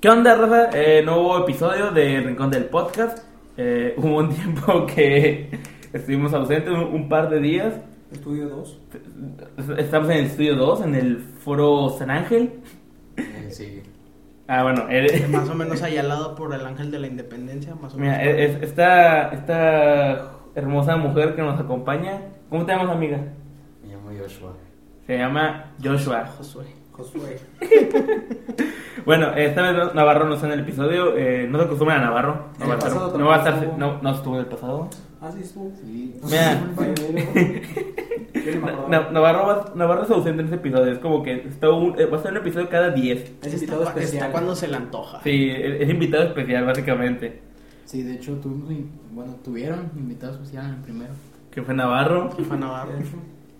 ¿Qué onda, Rafa? Eh, nuevo episodio de Rincón del Podcast. Eh, hubo un tiempo que estuvimos ausentes, un, un par de días. Estudio 2. Estamos en el estudio 2, en el Foro San Ángel. Eh, Sí. Ah, bueno, eh, Que más o menos allá al lado por el ángel de la independencia, más o menos. mira, eh, es- esta, esta hermosa mujer que nos acompaña. ¿Cómo te llamas, amiga? Me llamo Joshua. Se llama Joshua. Josué. Josué. Bueno, eh, esta vez Navarro no está en el episodio. eh, no se acostumbra a Navarro. No En va a el estar. pasado No, va a tampoco estar- estuvo. no, no estuvo en el pasado. Ah, sí, estuvo. Sí. Mira. Yo no me Na- acordaba. Na- Navarro, va- Navarro es ausente en este episodio. Es como que está un- eh, va a estar un episodio cada 10. Es invitado está, especial. cuando se le antoja. Sí, e, es es invitado especial, básicamente. Sí, de hecho, tuvimos, in- bueno, tuvieron invitados especiales en el primero. Que fue Navarro. Que fue Navarro.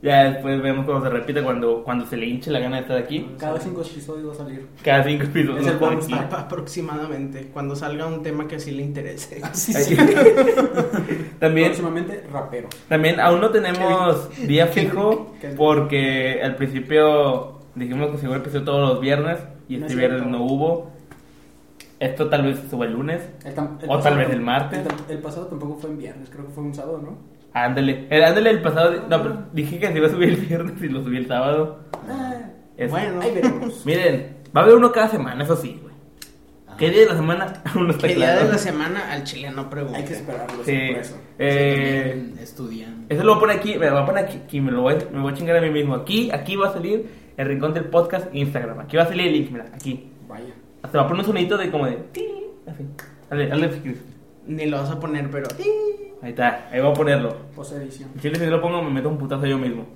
Ya después vemos cómo se repite cuando, cuando se le hinche la gana de estar aquí. Cada cinco episodios va a salir. Cada cinco episodios. Es nos el pone bonus aquí. track. Aproximadamente, cuando salga un tema que sí le interese. Sí, Aquí. También, Próximamente, rapero. también aún no tenemos día qué- fijo qué- porque al principio dijimos que se iba a empezar todos los viernes y No este es viernes cierto. no hubo. Esto tal vez se suba el lunes. El tam- el O tal pasado- vez el martes. El, tam- el pasado tampoco fue en viernes, creo que fue un sábado, ¿no? Ándale, el, ándale el pasado. No, pero dije que se iba a subir el viernes y lo subí el sábado. Ah, Es- Bueno, ahí veremos. Miren, va a haber uno cada semana, eso sí, güey. Ah. ¿Qué día de la semana? Aún no está el día claro. de la semana al chile no pregunto. Hay que esperarlo, Sí. sí. por eso. Eh, También estudian. eso lo voy a poner aquí, me lo voy a poner aquí, aquí, me lo voy, a- me voy a chingar a mí mismo. Aquí, aquí va a salir el rincón del podcast Instagram. Aquí va a salir el link, mira, aquí. Vaya. Hasta va a poner un sonidito de como de. "Ting", Así. Dale, dale, si quieres. Ni lo vas a poner, pero. Ahí está, ahí voy a ponerlo. Pose edición. Si no lo pongo, me meto un putazo yo mismo.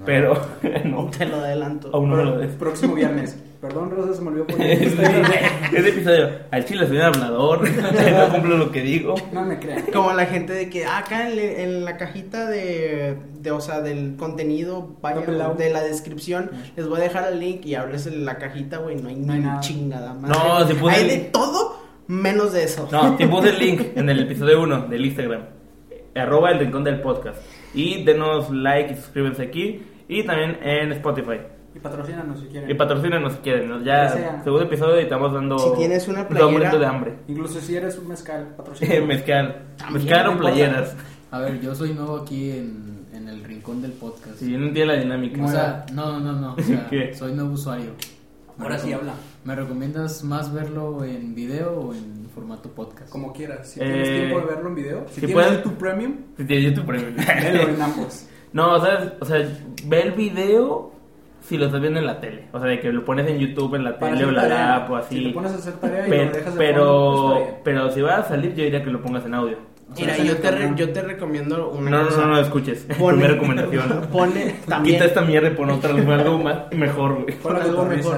No. Pero, no. Te lo adelanto. Aún no me lo Pro- des. próximo viernes. Perdón, Rosa, se me olvidó poner. Este episodio, al chile soy un hablador, no cumplo lo que digo. no me crean. Como la gente de que ah, acá en, le- en la cajita de, de, o sea, del contenido, vaya, No, pelao. de la descripción, Mm. les voy a dejar el link y abres la cajita, güey, no hay No hay ni nada. chingada más. No, si puse Hay el- de todo menos de eso. No, te puse el link en el episodio 1 del Instagram, eh, arroba el rincón del podcast. Y denos like y suscríbanse aquí. Y también en Spotify. Y patrocínanos si quieren. Y patrocínanos si quieren. ¿no? Ya, Ya sea. segundo episodio y estamos dando. Si tienes una estamos muriendo de playera- hambre. Incluso si eres un mezcal, patrocínanos. Eh, Mezcal. También, Mezcal o no importa. playeras. A ver, yo soy nuevo aquí en, en el rincón del podcast. Si yo no entiendo la dinámica. O sea, no, no, no. o sea, ¿Qué? soy nuevo usuario. Me Ahora sí recom- habla. ¿Me recomiendas más verlo en video o en formato podcast? Como quieras. Si Eh, tienes tiempo de verlo en video. Si, si tienes puedes- tu premium, Si tienes YouTube Premium. velo en ambos. No, ¿sabes? O sea, ve el video si lo estás viendo en la tele. O sea, de que lo pones en YouTube, en la tele o hacer la tarea. app o así. Si te pones a hacer tarea y Pe- lo dejas de fondo, pues, pero, es tarea. pero si va a salir, yo diría que lo pongas en audio. O sea, Mira, es en yo el te, re- camión. yo te recomiendo No, una no, cosa. no, no, escuches. Pone- Primera recomendación. Pone Quita este también. esta mierda y pon otra, algo más, mejor, güey. Ponle algo algo mejor.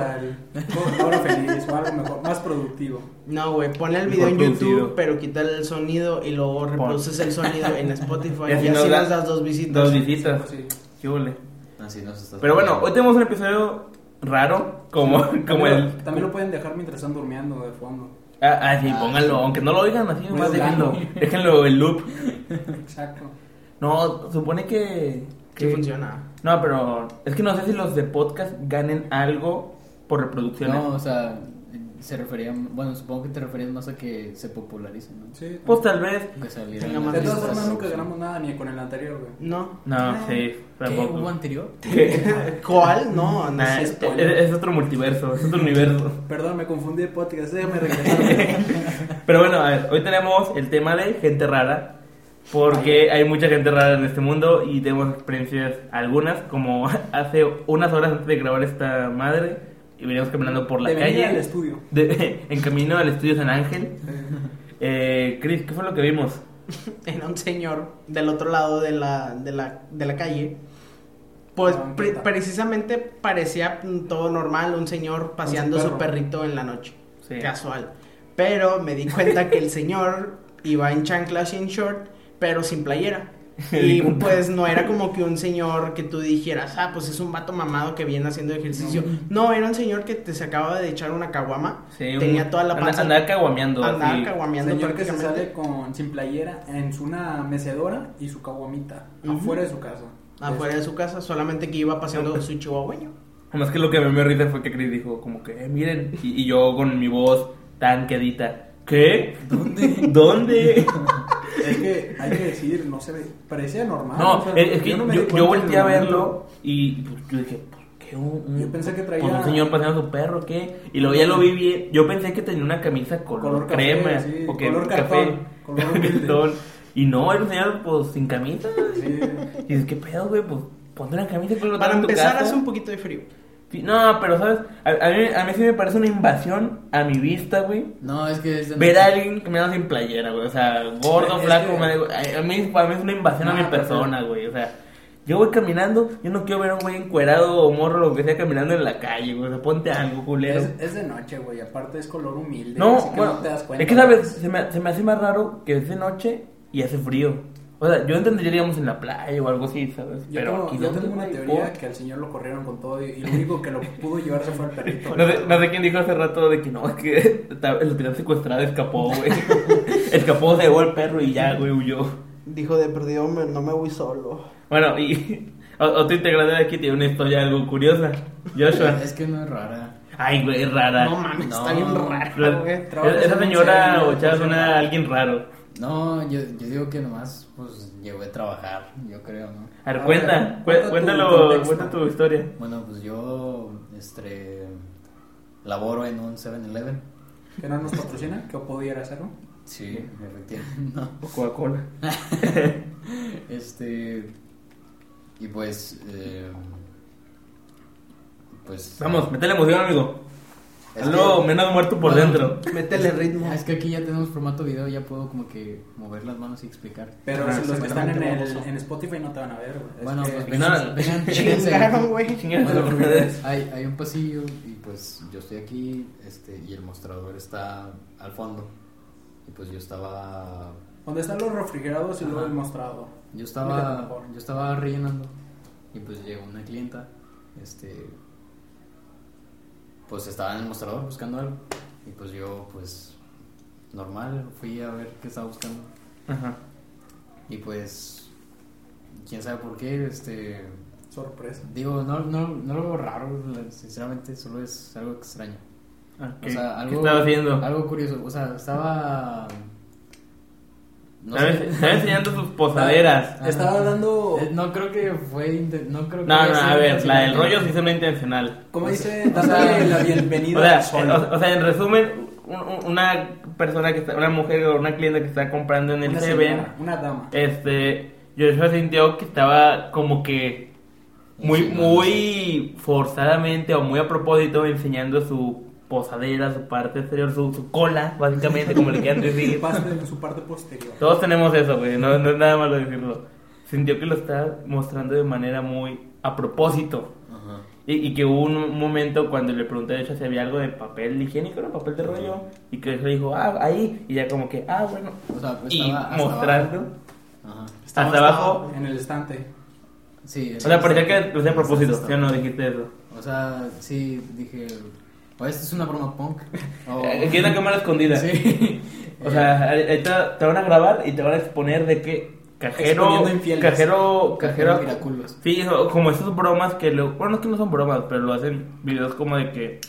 mejor. Ahora feliz o algo mejor, más productivo. No, güey, pone el Mejor video en YouTube, producido. pero quítale el sonido y luego reproduces el sonido en Spotify Y y así así, nos da- nos das dos visitas. Dos visitas. Pues sí. Qué ole. Así nos estás Pero bueno, hoy poniendo. tenemos un episodio raro, como, como también, el... lo, también lo pueden dejar mientras están durmiendo de fondo. Ah, ah, sí, Ah, pónganlo, sí. aunque no lo oigan así, Muy nomás blando. déjenlo, déjenlo el loop. Exacto. No, supone que... Sí que- funciona. No, pero es que no sé si los de podcast ganen algo por reproducciones. No, o sea, se refería. Bueno, supongo que te referías más a que se popularicen, ¿no? Sí. Pues tal vez. Que salieran Tenga las de más todas listas. formas nunca ganamos nada ni con el anterior, güey. No. No, sí, ¿Qué tampoco. hubo anterior? ¿Cuál? No, no Nah, sé. es, es- es otro multiverso, es otro universo. Perdón, me confundí de podcast, déjame regresar. Pero bueno, a ver, hoy tenemos el tema de gente rara, porque hay mucha gente rara en este mundo y tenemos experiencias algunas, como hace unas horas antes de grabar esta madre, y veníamos caminando por la de venir calle, al estudio. de- en camino al estudio San Ángel. Eh, Chris, ¿qué fue lo que vimos? Era un señor del otro lado de la, de la, de la calle. Pues Ah, pre- ¿qué tal? precisamente parecía mm, todo normal, un señor paseando su su perro. perrito en la noche. Sí. Casual. Pero me di cuenta que el señor iba en chanclas y en short, pero sin playera. Y pues no era como que un señor que tú dijeras, ah, pues es un vato mamado que viene haciendo ejercicio. No, era un señor que te se acaba de echar una caguama. Sí, un- tenía toda la anda- panza. Andaba caguameando. andaba sí. caguameando Señor que se sale prácticamente. con, sin playera en su- una mecedora y su caguamita, Ujú. afuera de su casa. afuera de su casa, solamente que iba paseando su chihuahueño. Nada más que lo que me dio risa fue que Chris dijo, como que, "Eh, miren, y, y yo con mi voz tan quedita. ¿Qué? ¿Dónde? ¿Dónde? Es que hay que decir, no se ve, parecía normal. No, Ah, o sea, es, es que yo, no me di yo cuenta en el volteé a momento. verlo y pues, yo dije, pues, ¿qué? Un, un- Yo pensé que traía- pues, un señor paseando a su perro, ¿qué? Y luego ya lo vi bien. Yo pensé que tenía una camisa color, Color café, crema sí, o que color café. cartón, color humilde. cartón. Y no, era un señor pues sin camisa. Sí. Y dices, ¿qué pedo, güey? Pues ponte una camisa color Para en tu empezar, casa. hace un poquito de frío. Sí, No, pero sabes, a, a mí, a mí sí me parece una invasión a mi vista, güey. No, es que es de Ver noche. a alguien que me da sin playera, güey. O sea, gordo, Es flaco, que- me da igual. a, a mí, para mí es una invasión a No, mi pero- persona, güey. O sea, yo voy caminando, yo no quiero ver a un güey encuerado o morro, lo que sea, caminando en la calle, güey. O sea, ponte algo, culero. Es, es de noche, güey. Aparte es color humilde. no, así que bueno, no te das cuenta. es que, ¿sabes? Se me, se me hace más raro que es de noche y hace frío. O sea, yo entendería, digamos, en la playa o algo así, ¿sabes? Yo pero tengo, aquí yo ¿dónde, tengo una güey? teoría ¿Por? que al señor lo corrieron con todo y, y lo único que lo pudo llevarse fue el perrito. No sé, no sé quién dijo hace rato de que no, es que ta- el hospital secuestrado escapó, güey. escapó, se llevó el perro y ya, güey, huyó. Dijo de perdido, me- no me voy solo. Bueno, y o- otro integrante de aquí tiene una historia algo curiosa. Joshua. Es que no es rara. Ay, güey, es rara. No mames, No. está bien raro, Lo- güey. trabajas esa en un señora serio, o chava pues, suena a alguien raro. No, yo, yo digo que nomás, pues, llegó a trabajar, yo creo, ¿no? A ver, A cuenta, ver, cu- cuenta tu cuéntalo, contexto. cuenta tu historia. Bueno, pues yo, este, laboro en un 7-Eleven. Que no nos patrocina, que pudiera hacerlo. Sí, efectivamente, no. O Coca-Cola. Este, y pues, eh, pues... Vamos, métele emoción, amigo. Es Hazlo que- menos muerto por Bueno. dentro. Métele ritmo. Es que aquí ya tenemos formato video, ya puedo como que mover las manos y explicar. Pero Ah, si los que están en, seguramente el- baboso. en Spotify no te van a ver, güey. Es Bueno, que- pues no, vengan, vengan, Chingaron, vénganse. güey. Chingas Bueno, sus pues, madres. hay, hay un pasillo y pues yo estoy aquí este, y el mostrador está al fondo. Y pues yo estaba... Donde están los refrigerados y luego Ajá. el mostrado. Yo Explícate estaba, mejor. yo estaba rellenando y pues llegó una clienta, este, pues estaba en el mostrador buscando algo y pues yo pues normal fui a ver qué estaba buscando Ajá. y pues quién sabe por qué, este, Sorpresa. digo no, no, no lo veo raro, la- sinceramente solo es algo extraño, Ah, o ¿Qué, sea ¿qué algo, estaba haciendo? algo curioso, o sea estaba, no Estaba sé. estaba enseñando sus posaderas. Ajá. Estaba dando. Eh, No creo que fue. inte- No, creo que No, haya no, a sido ver, la del intencional. rollo sí es una intencional. ¿Cómo o dice? sea- Dándole la pues, O bienvenida sea, al sol. eh, o- o sea, en resumen, un- un- una persona que está, una mujer o una cliente que está comprando en el una, Seven, señora, una dama. este, Joshua sintió que estaba como que muy, Insinuando. muy forzadamente o muy a propósito enseñando su posadera, su parte exterior, su, su cola, básicamente, como le quieran Y decir. pasa en su parte posterior. Todos tenemos eso, güey, no, no es nada malo decirlo. Sintió que lo estaba mostrando de manera muy a propósito. Ajá. Y, y que hubo un, un momento cuando le pregunté, de hecho, si había algo de papel higiénico, ¿no? Papel de rollo. Y que le dijo, ah, ahí. Y ya como que, ah, bueno. O sea, pues, y estaba hasta mostrando abajo. Ajá. hasta, Estaba abajo. En el estante. Sí. O sea, parecía que lo hacía a estaba- propósito. estaba- Ya no dijiste eso. O sea, sí, dije. O esto es una broma punk. O... Eh, Aquí es la cámara escondida. Sí. O sea, ahí- ahí te, te van a grabar y te van a exponer de que cajero, Exponiendo infieles. cajero, cajero, Miraculos. Sí, eso, como esas bromas que lo. Bueno, es que no son bromas, pero lo hacen videos como de que.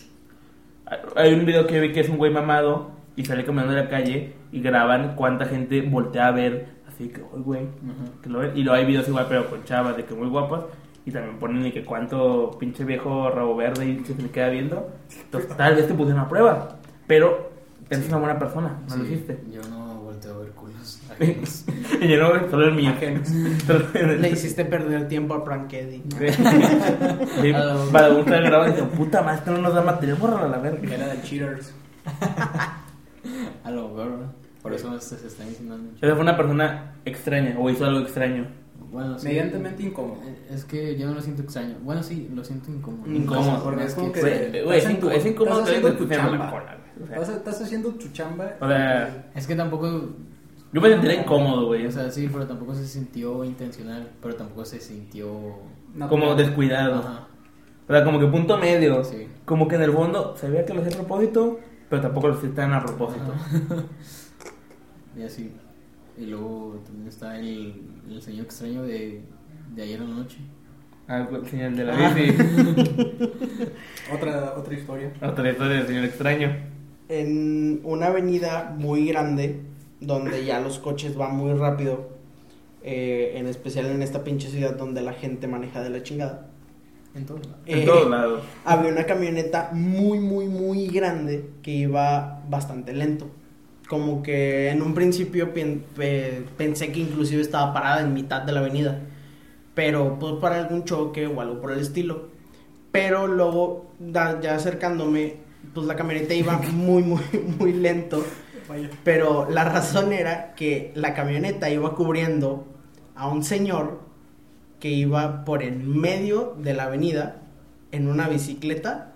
Hay un video que vi que es un güey mamado y sale caminando de la calle y graban cuánta gente voltea a ver. Así que, uy, güey. Ajá. que lo ven. Y luego hay videos igual, pero con chavas de que muy guapas. Y también ponen de que cuánto pinche viejo rabo verde y que se le queda viendo. Entonces, tal vez te pusieron a prueba. Pero eres Sí. una buena persona, no lo Sí, hiciste. Yo no volteo a ver culos. ajenos. Y yo no, solo el mío. Ajenos. Solo el- Le hiciste perder tiempo a Frank Eddy. Sí, Ah, para buscar el grabado y dijo, puta madre, esto no nos da material, bórralo a la verga. Era de Cheaters. A lo mejor, ¿no? Por eso se, se están insinuando. mucho. Esa fue una persona extraña, o hizo algo extraño. Bueno, sí. Mediantemente incómodo. Eh, Es que yo no lo siento extraño. Bueno, sí, lo siento incómodo. Incómodo. Más Porque es como que que- extraño. Güey, güey, es, estás inco- haciendo- es incómodo estás que alguien te haciendo tu esté haciendo la chamba. cola, güey. O sea, Estás, estás haciendo tu chamba. O sea, Es que tampoco. yo me sentiría incómodo, güey. O sea, sí, pero tampoco se sintió intencional, pero tampoco se sintió. natural. como descuidado. Ajá. O sea, como que punto medio. Sí. Como que en el fondo se veía que lo hacía a propósito, pero tampoco lo hacía tan a propósito. Y así. Y luego también está el, el señor extraño de, de ayer en la noche. Ah, el señor de la bici. Otra, otra historia. Otra historia del señor extraño. en una avenida muy grande donde ya los coches van muy rápido, eh, en especial en esta pinche ciudad donde la gente maneja de la chingada. En todos lados. En Eh, todos lados. Había una camioneta muy, muy, muy grande que iba bastante lento. Como que en un principio pen- pe- pensé que inclusive estaba parada en mitad de la avenida. Pero pues para algún choque o algo por el estilo. Pero luego, da- ya acercándome, pues la camioneta iba muy, muy, muy lento. Vaya. Pero la razón era que la camioneta iba cubriendo a un señor que iba por en medio de la avenida en una bicicleta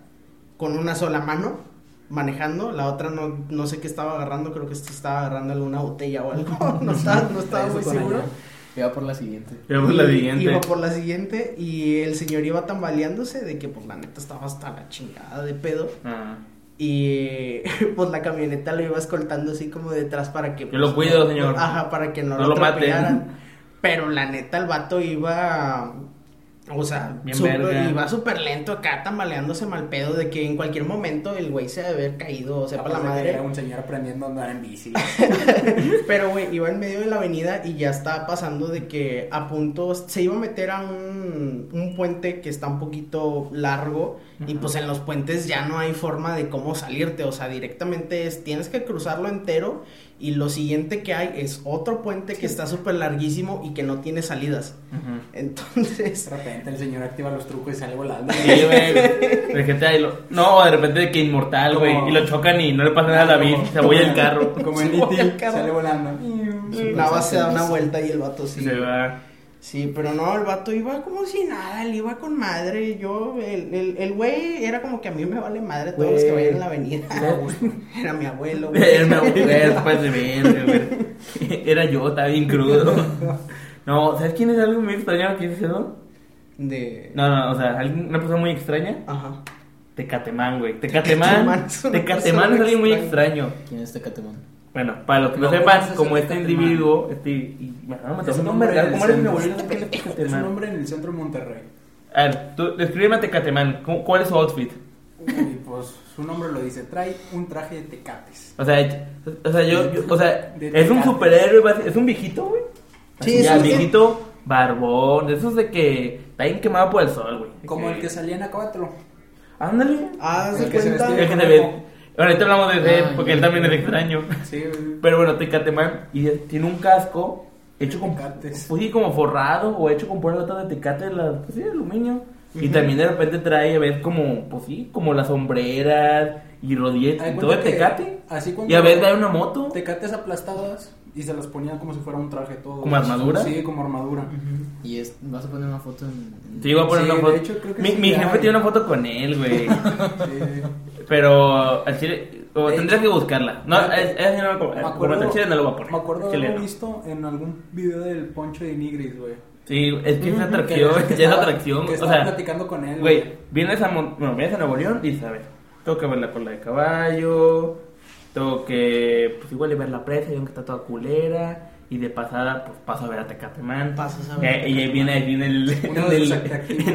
con una sola mano manejando, la otra no, no sé qué estaba agarrando, creo que se estaba agarrando alguna botella o algo, no estaba, no estaba Eso muy con seguro. allá. Y va por la siguiente. Veamos la Y- siguiente. Iba por la siguiente y el señor iba tambaleándose de que pues la neta estaba hasta la chingada de pedo. Ah, Y pues la camioneta lo iba escoltando así como detrás para que... Yo pues, lo cuido, no- señor. Ajá, para que no, No lo lo maten. atropellaran. Pero la neta el vato iba... O sea, Bien súper- verga. iba súper lento acá tambaleándose mal pedo de que en cualquier momento el güey se debe haber caído, o sea, para la Aparte Ah, pues, que madre. Era un señor aprendiendo a andar en bici. Pero, güey, iba en medio de la avenida y ya estaba pasando de que a punto se iba a meter a un, un puente que está un poquito largo y Ajá. pues en los puentes ya no hay forma de cómo salirte, o sea, directamente es, tienes que cruzarlo entero y lo siguiente que hay es otro puente que está súper larguísimo y que no tiene salidas. ujú. Entonces, De repente el señor activa los trucos y sale volando. Sí, güey. De gente ahí lo- No, de repente de que inmortal, güey. Como- Y lo chocan y no le pasa nada a la bici. Se voy el carro. Como en Se abolla el E.T. carro. sale volando. la base da una vuelta y el vato Y sí. Se va. Sí, pero no, el vato iba como si nada, él iba con madre. Yo, el, el, el güey era como que a mí me vale madre todos los que Güey. vayan en la avenida. Era mi abuelo, güey. Era una mujer, pues, de verga, güey. Era yo, estaba bien crudo. No, ¿sabes quién es algo muy extraño que es eso? De. No, no, o sea, alguien- una persona muy extraña. Ajá. Tecatemán, güey. Tecatemán Tecatemán. es una Tecatemán es persona alguien muy extraña. extraño. ¿Quién es Tecatemón? Bueno, para los que no, No, sepan, ese es como el este Tecatemán. individuo, este. Y, bueno, no, me Es un tocó un hombre vergal. del ¿Cómo eres mi centro. abuelo? ¿Quién es Es un Tecatemán? hombre en el centro de Monterrey. A ver, tú, descríbeme a Tecatemán. ¿Cómo- ¿Cuál es su outfit? Y pues su nombre lo dice, trae un traje de tecates. O sea, o sea, yo, yo- o sea, De es un Tecate. superhéroe, basi- es un viejito, güey. Sí, Sí, es ya, un- viejito, barbón, de esos de que está bien quemado por el sol, güey. Como el que salía en Acuatro. Ándale. Ah, El ¿se que se cuenta? El vestía- que se ve. Ahorita hablamos de él, Ah, porque ya. él también es extraño. Sí, Pero bueno, Tecatemán, y tiene un casco hecho con. Tecates. Pues sí, como forrado o hecho con puras latas de tecate, de la, pues sí, de aluminio. Y Ujú. también de repente trae, a ver, como, pues sí, como las sombreras y rodilletes, Haz y de todo de cuenta que tecate. Así cuando Y a ver, da una moto. Tecates aplastadas y se las ponían como si fuera un traje todo. ¿Como armadura? Sí, como armadura. Y es, vas a poner una foto en. en- Sí, voy a poner Sí, una de foto. hecho, creo que mi sí, mi ya jefe hay. tiene una foto con él, güey. Sí. Pero al chile, o De tendrías que buscarla. No, Espérate. es- es- no me acuerdo. Me Como acuerdo, al chile no lo voy a poner. me acuerdo de Al chile haberlo no. visto en algún video del Poncho de Nigris, güey. Sí, es que es Que- atracción, que ya es estaba- atracción. Que O estaba sea, platicando con él. güey, vienes a, Mon- bueno, vienes a Nuevo León y dices, a ver, tengo que ver la cola de caballo, tengo que, pues igual, y ver la presa, y ven que está toda culera. Y de pasada, pues paso a ver a Tecatemán. Pasas a ver a Eh, Y ahí viene, ahí viene el, Uno en de sus el- atractivos.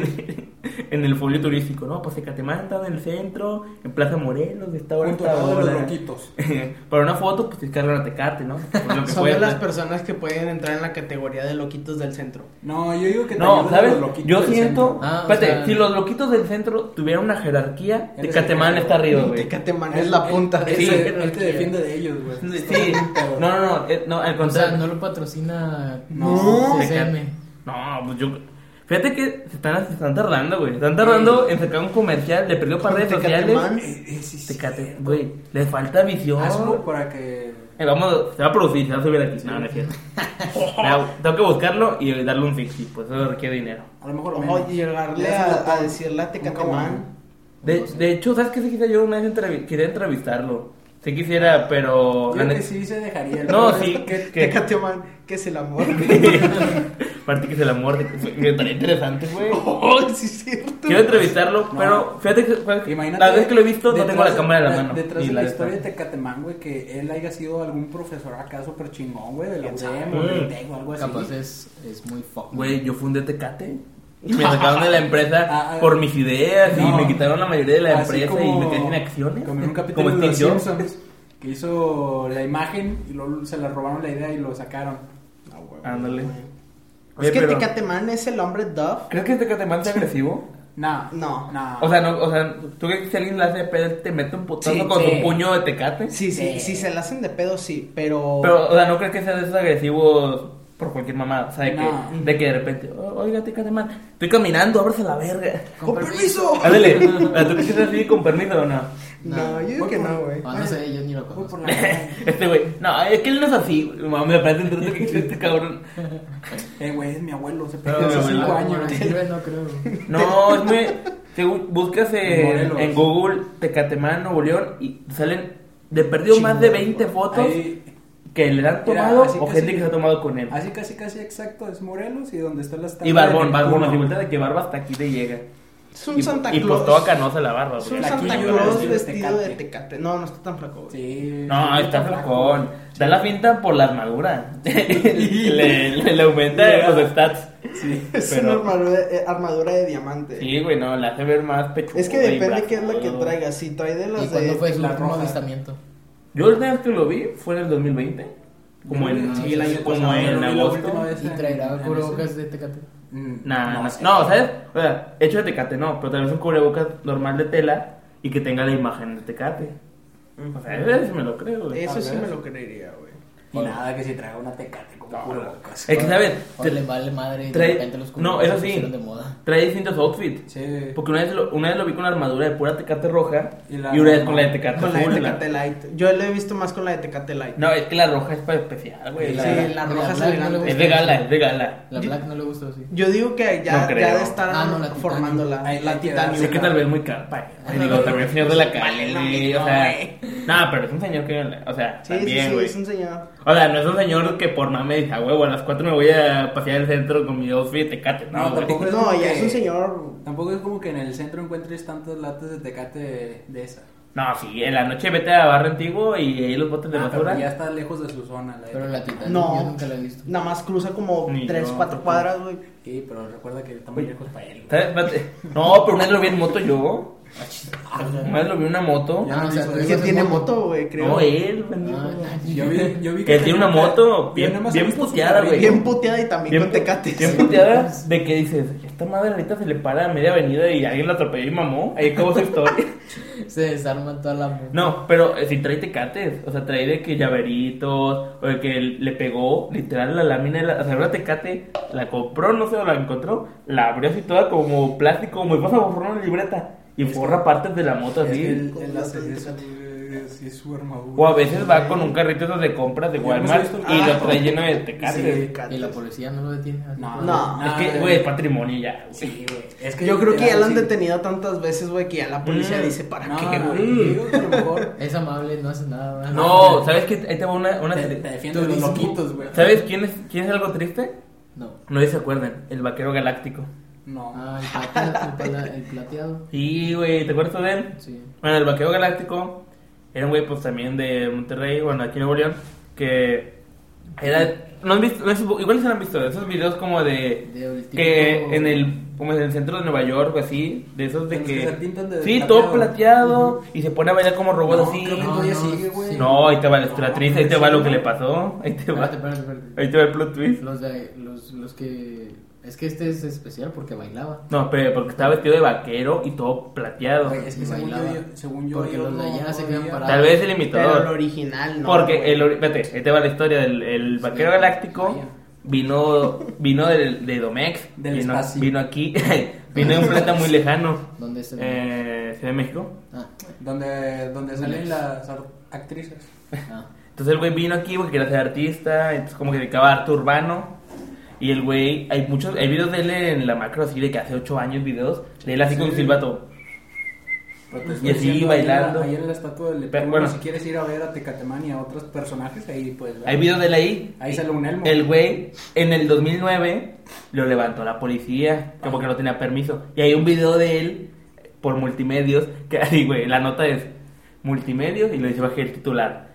en el folio turístico, ¿no? Pues Tecatemán está en el centro, en Plaza Morelos, de esta hora a Junto a esta todos los hora. loquitos. Para una foto, pues te cargan a Tecate, ¿no? Pues, lo que Son de puedas. las personas que pueden entrar en la categoría de loquitos del centro. No, yo digo que te ayudan No, los ¿sabes? loquitos Yo del siento. centro. Ah, o Espérate, sea- si los loquitos del centro tuvieran una jerarquía, Eres Tecatemán el- está arriba, güey. Tecatemán Ah, es la punta de Él- él- esa él- Él te jerarquía. defiende de ellos, güey. Sí, no, no, no, eh, no, al O sea, contrario. no lo patrocina. No. CCM. No, pues yo. Fíjate que se están, se están tardando, güey. Se Están tardando en sacar un comercial, le perdió para redes sociales. Tecatemán. Eh, eh, sí, sí. Tecate, güey, le falta visión. Hazlo para que. Eh, vamos, se va a producir, se va a subir aquí. No, no es cierto. Mira, Tengo que buscarlo y darle un fixie, pues eso requiere dinero. A lo mejor. Ojo, menos. llegarle Le das un a, latón. a decirle a Tecatemán. De, No sé. de hecho, ¿sabes qué? Sí quisiera yo una vez entrevi- quería entrevistarlo. Sí quisiera, pero... la Yo creo que neta- sí se dejaría. No, sí, Que- ¿Qué? Tecatemán, que es el amor. Aparte que se la muerde. que fue- que Estaría interesante, güey. oh, sí, es cierto. Quiero entrevistarlo, pues, No. Pues, pero fíjate que fue- Imagínate. la vez que lo he visto no detrás tengo la de- cámara en la de- mano. Detrás ni de la la historia de esta. Tecatemán, güey, que él haya sido algún profesor acá súper chingón, güey, de la ¿Quién UDEM sabe? Mm. o del TEC o algo así. Capaz es, es muy fuck. Güey, yo fundé Tecate. Y me sacaron de la Ah, empresa ah, por mis ideas y no. me quitaron la mayoría de la Así empresa y me quedé sin acciones. Como en un capítulo Como de Los Steve Jobs. Simpsons que hizo la imagen y luego se la robaron la idea y lo sacaron. Ah, güey. Ándale. Es Oye, que pero- Tecatemán es el hombre Dove. ¿Crees que este Catemán sea agresivo? Nah, No. nah. O sea, no, o sea, ¿tú crees que si alguien le hace de pedo te mete un putazo Sí, con sí. su puño de tecate? Sí, sí, Sí. si se la hacen de pedo, sí, pero. Pero, o sea, ¿no crees que sea de esos agresivos por cualquier mamá? O sea, de, No. que, de que de repente, "O- oiga, Tecatemán, estoy caminando, ábrese la verga. ¡Con permiso! Ándale, ¿tú crees que sea así con permiso o no? No, yo digo Voy que por- no, güey. Ah, no sé, yo ni lo Voy por conozco. la cara. Este güey, no, es que él no es así. güey. Mami, me parece un trato que existe, este cabrón. Eh, güey, es mi abuelo, se Pero perdió mi hace abuelo, cinco Ah, años. no, yo no creo. No, es muy. Te bu- buscas en, Morelos. en Google Tecatemán, Nuevo León y salen de perdido más de 20 fotos Ahí, que le han Mira, tomado así o que gente sí. que se ha tomado con él. así casi casi exacto es Morelos y donde está la estatua Y Barbón, de Barbón, la Neptuno. dificultad de que Barba hasta aquí te llega. Es un y, Santa y Claus. pues toda canosa la barba, Es güey. un Aquí Santa yo lo Claus digo, vestido de Tecate. tecate. No, no está tan flaco, güey. Sí. No, está flacón. Da la finta por la armadura. y le, le, le aumenta los stats. Sí. Es Pero- una armadura, eh, armadura de diamante. Sí, güey, no, la hace ver más pechuda. Es que y depende qué es la que brazudo. traiga. Si trae de ¿Y las cuándo de. fue su la último roja. avistamiento? Yo la última vez que lo vi fue en el 2020. Como en, Sí, el año como pasado, en la agosto. última vez. ¿Y traerá cubrebocas de Tecate? Mm, Mm, Nah, no, sé. no, ¿sabes? O sea, hecho de tecate no, pero tal vez un cubrebocas normal de tela y que tenga la imagen de tecate. O sea, eso sí me lo creo, güey. Eso Tal sí vez. me lo creería, güey. Y nada, que si traiga una tecate como cubrebocas. Es que, ¿sabes? O Te- le vale madre y de trae- repente los no, cubrebocas eso se sí. pusieron de moda. Trae distintos outfits. Sí. Porque una vez, lo, una vez lo vi con la armadura de pura tecate roja y, Y la- una vez con la de tecate Con la de azul, Tecate Light. Yo lo he visto más con la de Tecate Light. No, es que la roja es para especial, güey. Y la- sí, y la roja es black elegante. no le Es gusta de gala, así. es de gala. La black no le gusta así. Yo digo que ya, No creo. ya de estar Ah, no, la Titanium. formándola. Ahí- la ahí queda. Titanium. Es que tal vez muy capa. eh. Digo, también señor de la calle, Vale, lo güey, mismo, o sea. güey. Nada, pero es un señor que. O sea, Sí, también, sí, sí, güey. es un señor. O sea, no es un señor que por mame dice, "A huevo, a las 4 me voy a pasear al centro con mi outfit de Tecate. No, No, güey. tampoco. Pero es no, como ya que- es un señor. Tampoco es como que en el centro encuentres tantas latas de tecate de, de esa. No, sí, en la noche vete a Barra Antiguo y ahí los botes de Ah, pero ya basura. está lejos de su zona. La de Pero la Tecate. Titanic No. yo nunca la he visto. Nada más cruza como Ni 3, yo. 4 cuadras, güey. Sí, pero recuerda que está muy lejos para él. güey. ¿Sabes? Espérate. No, pero una vez lo vi en moto yo. Ah, Una vez lo vi en una moto. Ya no Ah, o sea, hizo tú eso. Es ibas que en tiene moto, güey, creo. No, eh, él, Ah, pendejo. Yo vi, yo vi Que tiene una moto bien- Yo nada más bien he visto su puteada, güey. Bien puteada y también con pu- tecates. Bien puteada de que dices, esta madre ahorita se le para a media avenida y alguien la atropelló y mamó. Ahí acabó su historia. Se desarma toda la moto. No, pero eh, si trae tecates, o sea, trae de que llaveritos, o de que le pegó literal la lámina, de la, o sea, una tecate, la compró, no sé, o la encontró, la abrió así toda como plástico, como pasa borrar una libreta, y forra partes de la moto Es que así. el, el acceso es, es, es su armadura. O a veces va con un carrito esos de compras de Yo no sé Walmart esto. y lo Ah. trae lleno de tecates. Sí, Y tecates. la policía no lo detiene. así No, como- No, Es nada, que, güey, es patrimonio ya. güey. Ah, Sí, güey. Es Yo creo que ya lo han sí. detenido tantas veces, güey, que ya la policía Mm. dice, ¿para No, qué, no, güey? yo digo que a lo mejor Es amable, no hace nada. ¿verdad? No, ¿sabes qué? Ahí te va una... una Ah, te, te defienden Tú los dices, loquitos, güey. ¿Sabes quién es, quién es algo triste? No. No sé si se acuerdan, el vaquero galáctico. No. Ah, el plateado. el pala- el plateado. Sí, güey, ¿te acuerdas de él? Sí. Bueno, el vaquero galáctico era un güey, pues también de Monterrey, bueno, aquí en Nuevo León, que era. ¿No han visto? no es- igual se han visto esos videos como de. De el tipo- que en el. Como en el centro de Nueva York o así, de esos de Los que. que se pintan de sí, plateado. todo plateado y se pone a bailar como robot No, así. creo que No, todavía no, sigue, güey. ahí te va la estratriz, ahí te va lo que le pasó, ahí Ah, te va. Espérate, espérate, espérate. Ahí te va el plot twist. Los, de, los, los que. Es que este es especial porque bailaba. No, pero porque estaba vestido de vaquero y todo plateado. Güey, es que Y según yo, bailaba. yo- según yo, Porque yo los de allá se todavía- quedan parados. Tal vez el Pero el imitador. original, ¿no? Porque güey. el, ori- espérate, ahí te va la historia del el vaquero Sí, galáctico. vaya. Vino, vino del, de Domex, Del vino, espacio. vino aquí, vino de un planeta muy lejano, ¿Dónde es el.? eh, Ciudad de México. Ah, Donde, donde salen las ar- actrices. ah. Entonces el güey vino aquí porque quería ser artista, entonces como que dedicaba a arte urbano. Y el güey, hay muchos, hay videos de él en la macro así de que hace 8 años videos, de él así con un silbato. Pero te Pues, Y estoy así, diciendo, Pues, ahí en la- bailando. Ahí en la estatua del Pero Neptuno, bueno. si quieres ir a ver a Tecatemán y a otros personajes, ahí pues. Hay videos de él ahí. Ahí sale un elmo. El güey, en el 2009, lo levantó la policía, que porque no tenía permiso. Y hay un video de él por multimedios, que ahí, güey, la nota es multimedios y lo dice bajé el titular.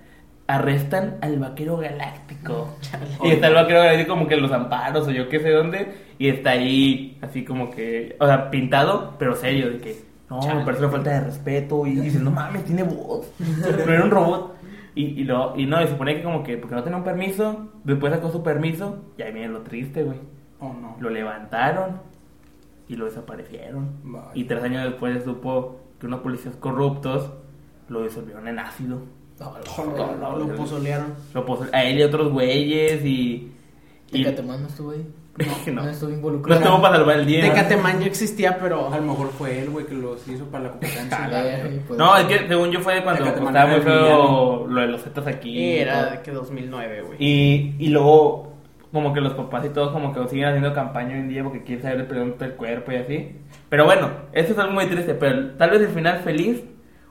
arrestan al vaquero galáctico. Y está el vaquero galáctico como que en los amparos o yo qué sé dónde. Y está ahí así como que, o sea, pintado, pero serio, de que no, me parece una falta de respeto. Y dice, no mames, tiene voz. Pero era un robot. Y, y, lo, y no, y se supone que como que, porque no tenía un permiso, después sacó su permiso. Y ahí viene lo triste, güey. Oh, no. Lo levantaron y lo desaparecieron. Vaya. Y tres años después se supo que unos policías corruptos lo disolvieron en ácido. Lo, lo, lo pozolearon. Lo pos- a él y otros güeyes y. y- Tecatemán no estuvo ahí. no. No estuvo No involucrado. estuvo para salvar el día. Decatemán ya existía, pero A lo mejor fue él, güey, que los hizo para la competencia. Eh, pues, No, es que según yo fue de cuando Decatemán estaba muy era el feo lo de los Zetas aquí. era de que 2009, güey. Y, y luego, como que los papás y todos, como que siguen haciendo campaña hoy en día porque quieren saber el pregunta del cuerpo y así. Pero bueno, eso es algo muy triste. Pero tal vez el final feliz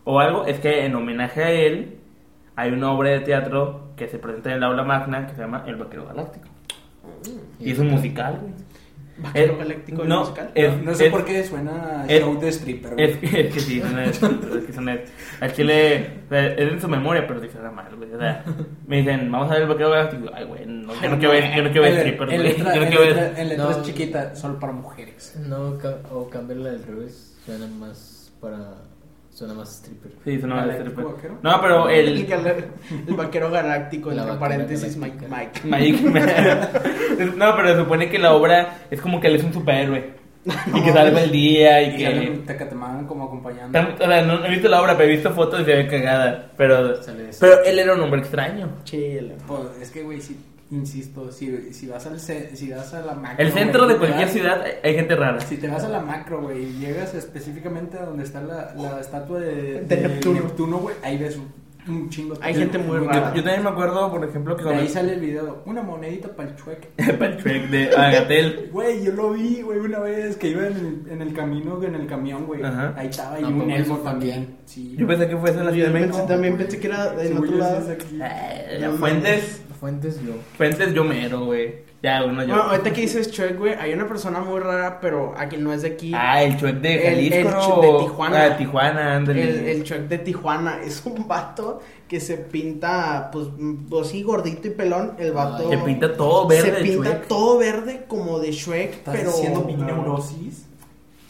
o algo es que en homenaje a él hay una obra de teatro que se presenta en el aula magna que se llama El Vaquero Galáctico. Mm. Y es un musical, güey. Vaquero Eh, Galáctico el no, musical. eh, No sé es- por qué suena es- show de stripper, güey. Es que, es que sí, son es, es que son es. Al chile, o sea, es en su memoria, pero dice nada mal, güey. O sea, me dicen, vamos a ver el vaquero galáctico. Ay, güey, no, yo no quiero ver, yo no quiero ver En- strippers, en güey. letra- Yo no en quiero ver- letra- En letras No. chiquitas, solo para mujeres. No, ca- o cambiarla al revés. Suena más para. Suena más stripper. Sí, son ¿Galáctico stripper. vaquero? No, pero El, el. gal- el vaquero galáctico, La entre vaquera paréntesis, Mike. galáctica. Mike. Magic Man. No, pero se supone que la obra es como que él es un superhéroe. Y que salva el día y Y sale que. un Tecatemán como acompañando. Tam- O sea, no he visto la obra, pero he visto fotos y se ve cagada. Pero, Sale ese. pero él era un hombre extraño. Chile. Pues, es que, güey, si, insisto, si, si vas al ce- si vas a la macro. El centro güey, de te cualquier vas- ciudad hay- hay gente rara. Si te vas a la macro, güey, y llegas específicamente a donde está la, la estatua de, De Neptuno. güey, ahí ves un, un chingo. Hay gente muy Yo, rara. yo también me acuerdo, por ejemplo, que De cuando ahí sale el video, una monedita para el chueque. Patrick de Agatel. Güey, yo lo vi, güey, una vez que iba en el, en el camino, en el camión, güey. Ajá. Ahí estaba y Ah, un pues, elmo eso también. Sí. Yo pensé que fuese en la Yo Ciudad de pensé- México. también pensé que era en Sí, otro güey, lado. ese es aquí. Eh, ya, Fuentes, Fuentes no. Fuentes yo mero, güey. Ya, uno yo. Bueno, ahorita que dices Chuck, güey, hay una persona muy rara, pero a quien no es de aquí. Ah, el chuet de El- Jalisco. el ¿no? Chuec de Tijuana. Ah, Tijuana, ándale. El, el Chuck de Tijuana es un vato que se pinta, pues, mm, pues sí, gordito y pelón. El vato Se pinta todo verde. se el pinta Chuec. todo verde como de Shrek, ¿Estás pero. haciendo mi neurosis?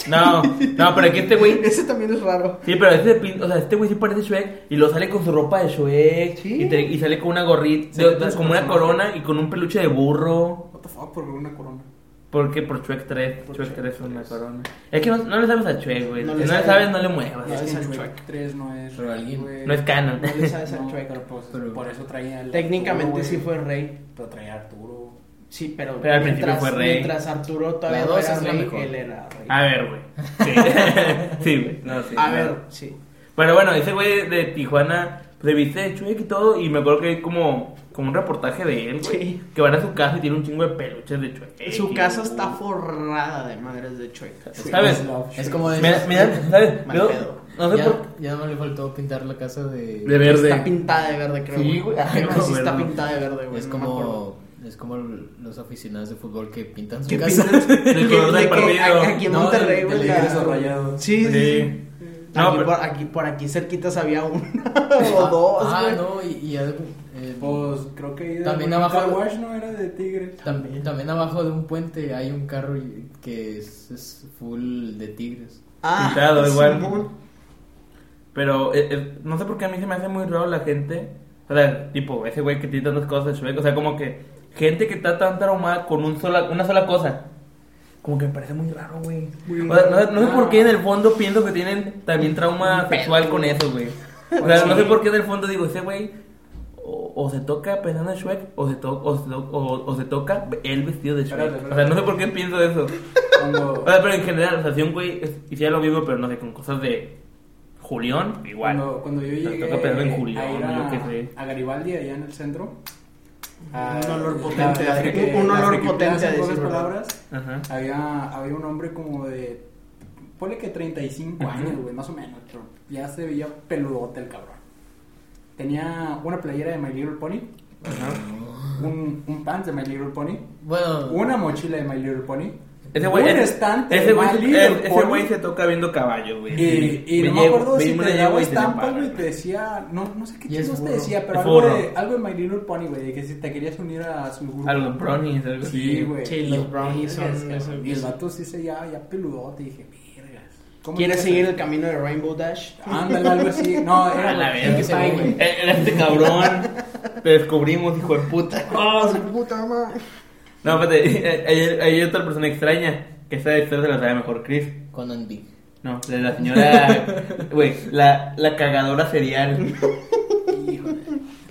No, no, pero que este güey. Ese también es raro. Sí, pero este, pin- o sea, este güey sí parece Shrek y lo sale con su ropa de Shrek Sí. y, te- y sale con una gorrita, Sí, de- entonces, como una no. corona y con un peluche de burro. What the fuck, por una corona. Porque por Chuec 3, Por Chuec Shrek 3 es una 3. corona. Es que no, no le sabes a Chuec, güey. No si no le le sabes. sabes, no le muevas. No, es es que al Shrek Shrek. 3 no es. Pero alguien- güey. No es canon. No le sabes al No, Shrek, pero pues, pero- por eso traía. al Técnicamente Arturo, sí Oh, güey. fue rey. Pero traía a Arturo. Sí, pero. Pero al principio fue rey. Mientras Arturo todavía La no dos era es la rey, mejor. él era rey. A ver, güey. Sí, Sí, güey. no, Ah, sí, A no. ver, sí. Pero bueno, ese güey de Tijuana se viste de Chuec y todo. Y me acuerdo que hay como, como un reportaje de él, güey. Sí. Que van a su casa y tiene un chingo de peluches de Chuec. Su y- casa está forrada de madres de Chuck. ¿Sabes? Es como de. Me da- me da- ¿sabes? Mal Yo- pedo. No sé ya, por ya no le faltó pintar la casa de. De verde. Está pintada de verde, creo. Sí, güey. güey. Creo que No, sí está bueno. pintada de verde, güey. Es no me acuerdo. como. Es como los aficionados de fútbol que pintan su ¿Qué casa. piensas? El color del De que partido. a- Aquí en No, Monterrey, del- güey. del la- Tigres o Rayados. Sí, sí, sí. Sí. No, Aquí, pero- por, aquí, por aquí cerquitas había una o dos, Ah, güey. no, y, y algo, eh, Pues creo que. ahí de- También abajo- Car Wash no era de Tigres. también, también abajo de un puente hay un carro y- que es, es full de tigres. Ah, Pintado, igual. Simón. Pero eh, eh, no sé por qué a mí se me hace muy raro la gente. O sea, tipo, ese güey que tiene tantas cosas de Shrek. O sea, como que gente que está tan traumada con un sola, una sola cosa. Como que me parece muy raro, güey. Muy O sea, raro. no, no sé por qué en el fondo pienso que tienen también trauma sexual con eso, güey. O Pues sea, no sé por qué en el fondo digo, ese güey o, o se toca pensando en Shrek o se, to- o, se to- o- o se toca él vestido de Espérate, Shrek. O sea, espérate. no sé por qué pienso eso. Cuando, O sea, pero en general, o sea, si un güey es- hiciera lo mismo, pero no sé, con cosas de Julián, igual. Cuando, cuando yo Nos llegué toca pegarlo en eh, Julián, a, ir ¿no? Yo a- qué sé. a Garibaldi, allá en el centro. Un olor la- potente, la a friki- friki- un la olor friki potente, plaza, a en pocas decir verdad. palabras, Ajá. había, había un hombre como de. Ponle que 35 años, güey, más o menos. pero ya se veía peludote el cabrón. Tenía una playera de My Little Pony, un, un pants de My Little Pony, Bueno, una mochila de My Little Pony, Ese güey, Un ese- estante ese güey, mal ese- Liverpool. ese güey se toca viendo caballos, güey. Y, y Me no me llevo- acuerdo si me te llevo daba y se le estampas, paga, güey, güey. te decía, no, no sé qué Y es chingos te burro. decía, pero Es algo burro. de, algo de My Little Pony, güey, de que si te querías unir a su grupo. A los brownies, algo así. Sí, güey. Sí, los brownies son Vergas, esos- cabrón. Y el vato sí se ya, ya peludote, y dije, vergas. ¿Cómo ¿Quieres llegas seguir a- el camino de Rainbow Dash? Ándale, algo así. No, era A la güey, verga, sí, ese ay, güey. güey. Eh, Era este cabrón. Te descubrimos, hijo de puta. ¡Oh, su puta madre! No, espérate, eh, hay, hay otra persona extraña. Que esa historia se la sabe mejor Chris. Conan Big. No, la de la señora. Güey, la, la cagadora serial.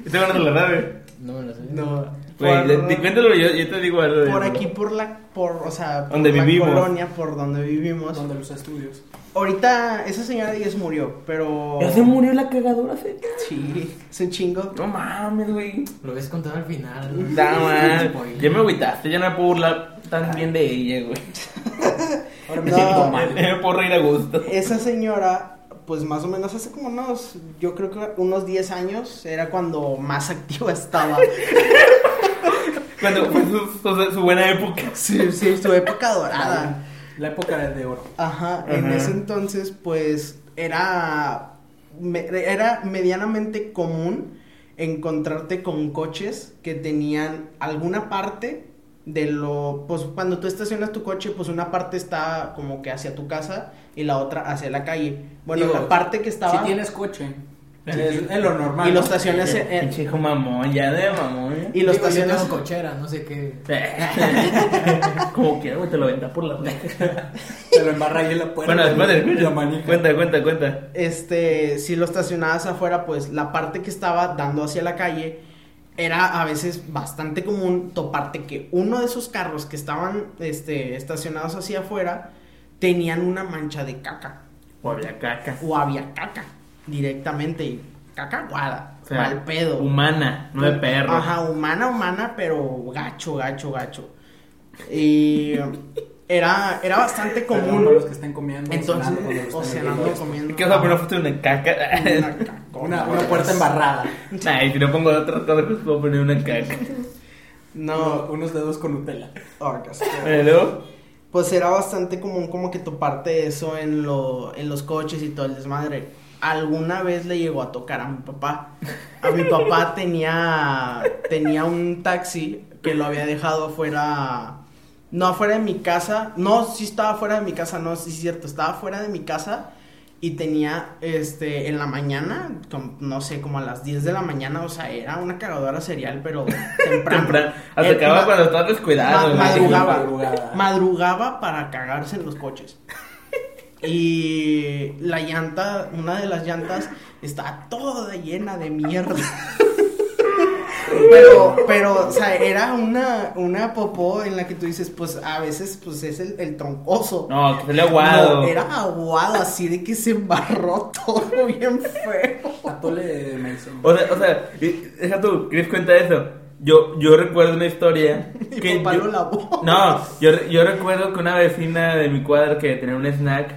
Este bueno no la sabe. No me lo sé. No. Güey, Por- de- cuéntalo, yo, yo te digo algo. de por eso. aquí, por la, por, o sea, por Donde la vivimos. colonia, por donde vivimos. Donde los estudios. Ahorita esa señora Díaz murió, pero... Ya se murió la cagadora serial. Sí, es un chingo. No mames, güey. Lo ves contado al final. Nada más. Spoiler. Ya me agüitaste, ya no me puedo burlar tan bien de ella, güey. Ahora me No, siento Ya mal. me puedo reír a gusto. Esa señora, pues más o menos hace como unos, yo creo que unos 10 años, era cuando más activa estaba. Cuando fue su, su- su buena época. Sí, sí, su época dorada. La época del de oro. Ajá, en Ajá. ese entonces pues era, me- era medianamente común encontrarte con coches que tenían alguna parte de lo, pues cuando tú estacionas tu coche, pues una parte está como que hacia tu casa y la otra hacia la calle. Bueno, Digo, la parte que estaba Si tienes coche, es, es lo normal. y lo ¿no? estacionas en- en- Pinche hijo mamón, ya de mamón. eh. y lo Digo, yo estacionas tengo cochera, Ah, no sé qué. Como quiera, güey, te lo venda por la Te lo embarra ahí en la puerta. Bueno, pues, después güey, del La manija. Cuenta, cuenta, cuenta. este, si lo estacionabas afuera, pues la parte que estaba dando hacia la calle era a veces bastante común toparte que uno de esos carros que estaban este, estacionados hacia afuera tenían una mancha de caca O había caca. o había caca directamente y caca guada, O sea, mal pedo. Humana, no de perro. Ajá, humana, humana, pero gacho, gacho, gacho. Y era, era bastante Perdón común. para los que estén comiendo. Entonces, cenando, cuando los o estén cenando, oyendo. comiendo. ¿Qué vas a poner una foto de una caca? Una cacona, Una, güey. una puerta embarrada. Ay, si no pongo otra cosa, pues puedo poner una caca. No, Unos dedos con Nutella. oh, qué asco. Bueno, luego, pues era bastante común como que toparte eso en, lo, en los coches y todo el desmadre. Alguna vez le llegó a tocar a mi papá. A mi papá tenía, tenía un taxi que lo había dejado afuera, no afuera de mi casa, no, sí estaba afuera de mi casa, no, sí es cierto, estaba afuera de mi casa y tenía, este, en la mañana, com- no sé, como a las 10 de la mañana, o sea, era una cagadora serial, pero temprano. temprano. Hasta El- acaba Eh, ma- cuando estás descuidado. Ma- güey. madrugaba. Madrugada. Madrugaba para cagarse en los coches. Y la llanta, una de las llantas, está toda llena de mierda. Pero, pero, o sea, era una, una popó en la que tú dices, pues a veces, pues es el, el troncoso. No, que salió aguado. No, era aguado, así de que se embarró todo bien feo. Atole de maizena. O sea, o sea, y- deja tú, Chris cuenta eso. Yo, yo recuerdo una historia Y que papá yo- lo lavó. No, yo, re- yo recuerdo que una vecina de mi cuadra que tenía un snack,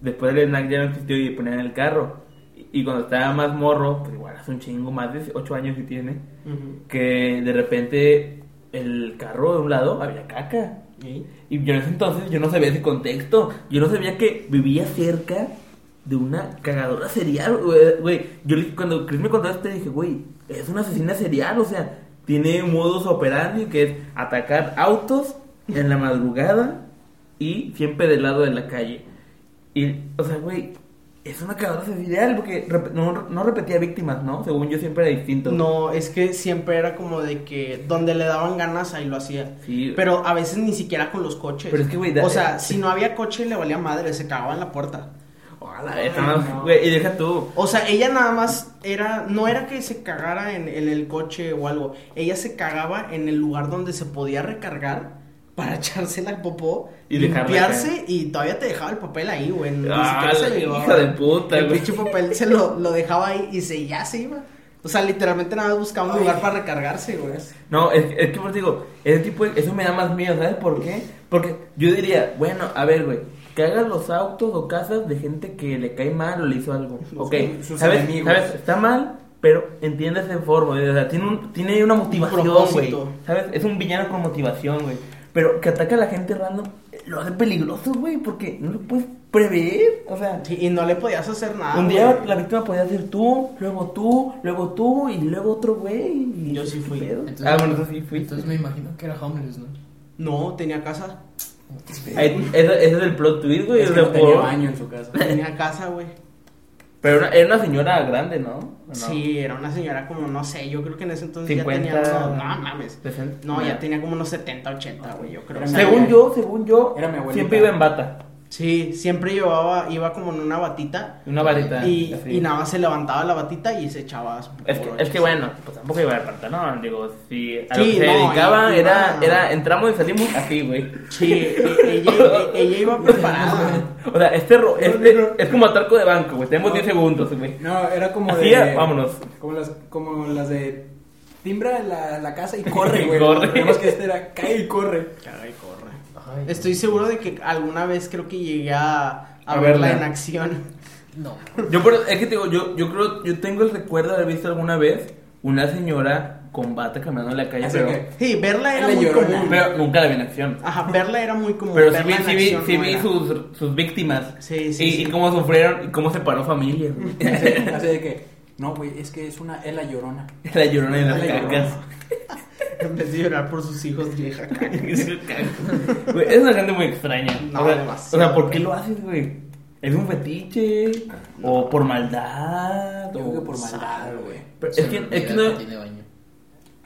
después del snack ya no existió y ponía en el carro. Y, y cuando estaba más morro, pues igual hace un chingo, más de 8 años que tiene, Ujú. que de repente el carro de un lado había caca. ¿Y? Y yo en ese entonces yo no sabía ese contexto. Yo no sabía que vivía cerca de una cagadora serial, güey, güey. Yo le- cuando Chris me contó esto dije, güey, es una asesina serial, o sea, tiene modos operandi que es atacar autos en la madrugada y siempre del lado de la calle. Y, o sea, güey, es una cagadora serial porque rep- no, no repetía víctimas, ¿no? Según yo siempre era distinto. No, es que siempre era como de que donde le daban ganas ahí lo hacía. Sí. Pero a veces ni siquiera con los coches. Pero es que, güey, da- eh, O sea, si no había coche le valía madre, se cagaba en la puerta. A la vez, no, no. güey, y deja tú. O sea, ella nada más era, no era que se cagara en, en el coche o algo, ella se cagaba en el lugar donde se podía recargar para echarse la popó, Y dejarla limpiarse y todavía te dejaba el papel ahí, güey. Ni Ah, siquiera se la lo llevaba. hija de puta, El güey. pinche papel se lo, lo dejaba ahí y se ya se iba. O sea, literalmente nada más buscaba un lugar para recargarse, güey. No, es, es que por eso digo, ese tipo, de- eso me da más miedo, ¿sabes por qué? Porque yo diría, bueno, a ver, güey, que hagan los autos o casas de gente que le cae mal o le hizo algo. Ok, sus ¿sabes? enemigos. ¿Sabes? Está mal, pero entiendes en forma, güey, o sea, tiene, un- tiene una motivación, güey. propósito. ¿Sabes? Es un villano con motivación, güey. Pero que ataca a la gente random lo hace peligroso, güey, porque no lo puedes prever. O sea, Sí, Y no le podías hacer nada. un día güey. la víctima podía ser tú, luego tú, luego tú y luego otro güey. y Yo sí qué fui. pedo. Entonces- ah, bueno, tú sí fuiste. Entonces me imagino que era homeless, ¿no? No, tenía casa. Ahí- ese, ese es el plot twist, güey. Es o que sea, no tenía por- baño en su casa. Tenía casa, güey. Pero una- era una señora grande, ¿no? ¿O no? Sí, era una señora como, no sé, yo creo que en ese entonces 50. ya tenía... No, no mames. Sesenta. No, ya tenía como unos 70, 80, güey, yo creo. Era mi Según abuela. yo, según yo, Era mi abuelita. siempre iba en bata. Sí, siempre llevaba, iba como en una batita Una varita. y, así. y nada más se levantaba la batita y se echaba... sus Es que, es borrachos. que bueno, pues tampoco iba a pantalón, digo, si a lo que Sí, se no, dedicaba iba- era, iba- era, entramos y salimos así, güey. Sí, e- ella, e- ella iba preparada. O sea, este, ro- este es como atarco de banco, güey, tenemos No. 10 segundos, güey. No, era como Así de. era, vámonos. Como las, como las de. Timbra la, la casa y corre, güey. Corre. Nada más que este era cae y corre. Caray, corre. Ay, Estoy seguro de que alguna vez creo que llegué a, a A verla, verla. en acción. No. Yo, por- es que te digo, yo, yo creo, yo tengo el recuerdo de haber visto alguna vez una señora con bata caminando en la calle, Así pero, que- Sí, verla era La muy llorona. común. pero nunca la vi en acción. Ajá, verla era muy común. Pero sí vi, verla en sí vi, acción sí no vi era. sus, sus víctimas Sí, sí, y, sí. y cómo sufrieron y cómo separó familias, güey. Así, así de que. No, güey, es que es una. Es la llorona. La llorona de las La llorona. cacas. En vez de llorar por sus hijos, vieja caca. Güey, es una gente muy extraña. No, o, sea, demasiado. o sea, ¿por qué lo haces, güey? ¿Es un fetiche? ¿O por maldad? Yo o- creo que por maldad, güey. Pero Se es, que, me es, que olvida no- tiene baño.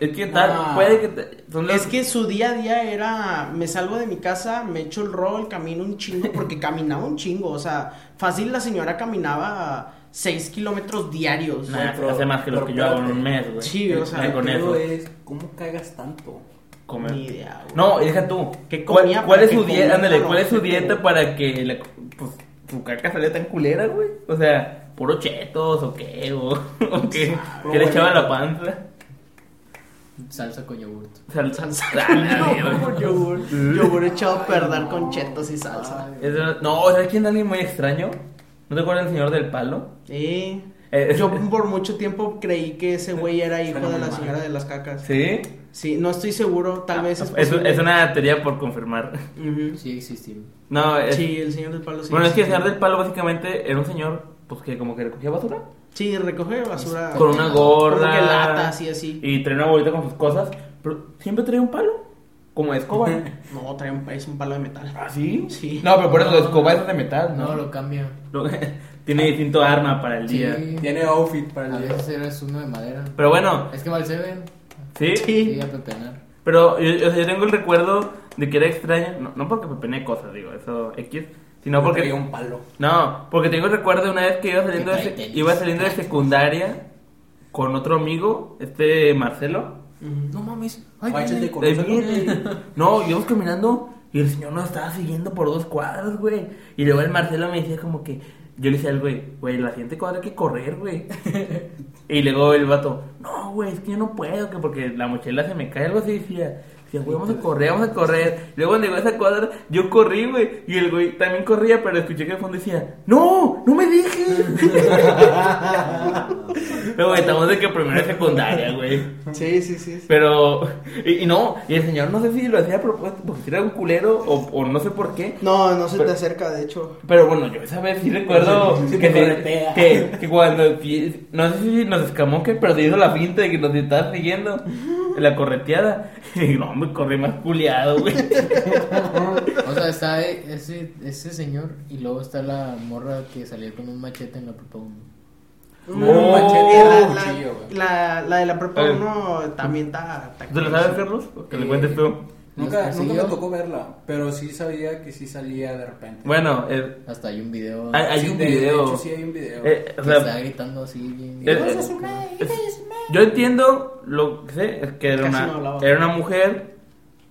es que tal, Ah. puede que... te- son los- Es que su día a día era, me salgo de mi casa, me echo el rol, camino un chingo, porque caminaba un chingo, o sea, fácil la señora caminaba 6 kilómetros diarios. Nah, pero- hace más que lo pero que yo hago en espérate. un mes, güey. Sí, o sea, Ya con El eso. pedo es. ¿Cómo cagas tanto? comer. Ni idea, güey. No, y deja tú. ¿Qué ¿Cuál, comía cuál para es que su dieta? comiera Ándale, lo ¿cuál es su que dieta tenía? para que la, pues, su caca salía tan culera, güey? O sea, puro chetos o qué, o, o qué, Puro ¿Qué le echaba a la huevito. panza. Salsa con yogurt. Salsa. Con yogur, yogur echado a perder con chetos y salsa. Es de- No, ¿sabes quién es alguien muy extraño? ¿No te acuerdas del señor del palo? Sí. Eh, Yo por mucho tiempo creí que ese güey era hijo Suena de muy la mal. señora de las cacas. ¿Sí? Ah, Sí, no estoy seguro, tal vez es, es, posible. es una teoría por confirmar. Ujú. Sí existimos. No, es- Sí, el señor del palo sí. bueno, es que el sí. señor del palo básicamente era un señor pues que como que recogía basura Sí, recoge basura. con una gorda Ah, Como que lata, así, así. y traía una bolita con sus cosas, pero siempre traía un palo como de escoba. No, trae un, es un palo de metal. ¿Ah, sí? Sí. No, pero por eso la escoba es de metal, No, Ah, ¿no? lo cambia. Lo- Tiene distinto arma para el día. Sí. Tiene outfit para A el día. veces eres uno de madera. Pero bueno, Es que mal se ven. ¿sí? Sí. Sí, a pepenar. Pero yo, yo- yo tengo el recuerdo de que era extraño, no, no porque pepené cosas, digo, eso X, sino Le traía porque... un palo. No, porque tengo el recuerdo de una vez que iba saliendo de, trae sec- tenis. iba saliendo de secundaria con otro amigo, este Marcelo. Ujú. No mames. Guáchate con Ahí eso. viene. No, íbamos caminando y el señor nos estaba siguiendo por dos cuadras, güey. Y luego el Marcelo me decía como que... Yo le decía al güey, güey, la siguiente cuadra hay que correr, güey. y luego el vato, no, güey, es que yo no puedo, que porque la mochila se me cae, algo así decía. Decía, güey, vamos a correr, vamos a correr. Luego cuando llegó a esa cuadra, yo corrí, güey. Y el güey también corría, pero escuché que al fondo decía, no, no me dejes. pero, güey, estamos de que primero es secundaria, güey. Sí, sí, sí. sí. Pero, y, y no, y el señor no sé si lo hacía a propósito porque era un culero o, o no sé por qué. No, no se Pero- te acerca, de hecho. Pero bueno, yo esa vez sí recuerdo Sí, sí, que, te te- corretea. que, que cuando, no sé si nos escamó que, pero te hizo la finta de que nos estaba siguiendo la correteada. Y no, me corrí más culiado, güey. O sea, está e, ese, ese señor y luego está la morra que salía con un machete en la prepa uno. No, Mm, machete, la- un la- cuchillo, güey. la, la de la prepa Eh. 1 también está. está ¿Tú lo sabes, Carlos? ¿O Que le Eh, cuentes tú. Nunca, ¿Los nunca me persiguió? tocó verla, pero sí sabía que sí salía de repente. Bueno, eh, Hasta hay un video hay, hay Sí, un de- De video. hecho, sí hay un video. Eh, que o sea, está gritando así. bien- Eh, eh, Yo entiendo lo que sé, es que era Casi una, no hablaba. era una mujer,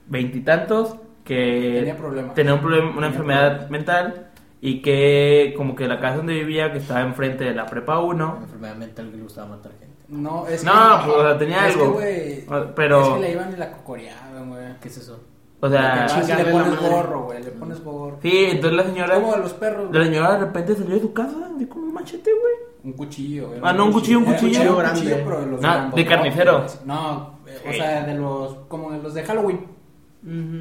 veintitantos, que Tenía problemas. eh, tenía un problema, una Tenía enfermedad problemas. mental y que como que la casa donde vivía, que estaba enfrente de la prepa 1, Enfermedad mental que le gustaba matar gente. no, es No, que, pues, o sea, tenía es algo. Que, Ah, güey, pero- Es que la iban y la cocoreaban, güey. ¿Qué es eso? o Porque vas sea, y le chingarle la pones madre. gorro, güey, le pones gorro. sí, entonces la señora, Como a los perros, la güey. señora de repente salió de su casa de con un machete, güey. Un cuchillo, güey. Ah, no, un cuchillo, un Era cuchillo. un Grande. cuchillo, pero de los Ah, grandotes, de carnicero. güey. No, eh, Sí. o sea, de los, como de los de Halloween. Ujú.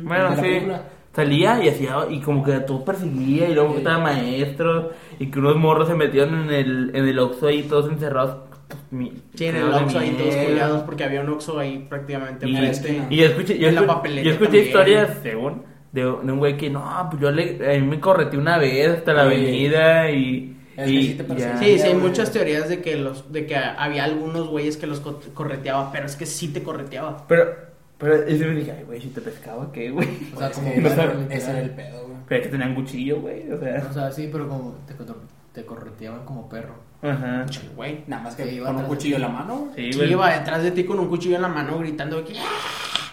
Bueno, de la sí. película. Salía y hacía, y como que todo perseguía, y luego Sí. estaba maestro, y que unos morros se metieron en el, en el Oxxo ahí todos encerrados. pues, Mi- Sí, en el culeros de Oxxo ahí todos mierda. culiados porque había un Oxxo ahí prácticamente Y, enfrente. y yo escuché, yo En la escu- papeleta yo escuché también. historias, según, de, de un güey que no, pues yo le, a mí me correteé una vez hasta la Sí. avenida y. Es que y sí te persigue. ya. Sí, sí, hay güey. muchas teorías de que los, de que había algunos güeyes que los co- correteaba, pero es que sí te correteaba. Pero, pero, y yo me dije, ay, güey, si te pescaba, ¿qué, güey? O sea, Es como que que ese no era- sabe. ese era el pedo, güey. Pero es que tenían cuchillo, güey, o sea. O sea, sí, pero como te, cotor- te correteaban como perro. Ajá. Chale, Güey. Nada más que Sí, iba con un atrás. cuchillo en la mano. Sí, Sí, güey. iba detrás de ti con un cuchillo en la mano gritando que "¡Ah!"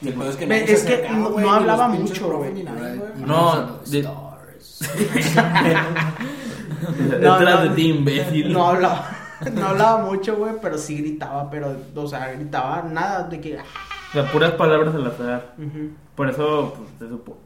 Y el pedo es que, Ve, nadie se es que acercaba, no- güey, no ni los hablaba pinches mucho, profe güey. ni nadie, güey. Y No, pensando, de- Stars. Detrás no, de ti, no. imbécil. no hablaba, no hablaba mucho, güey, pero sí gritaba, pero, o sea, gritaba nada de que. "Ah". O sea, puras palabras al azar. Ujú. Por eso, pues, se supo.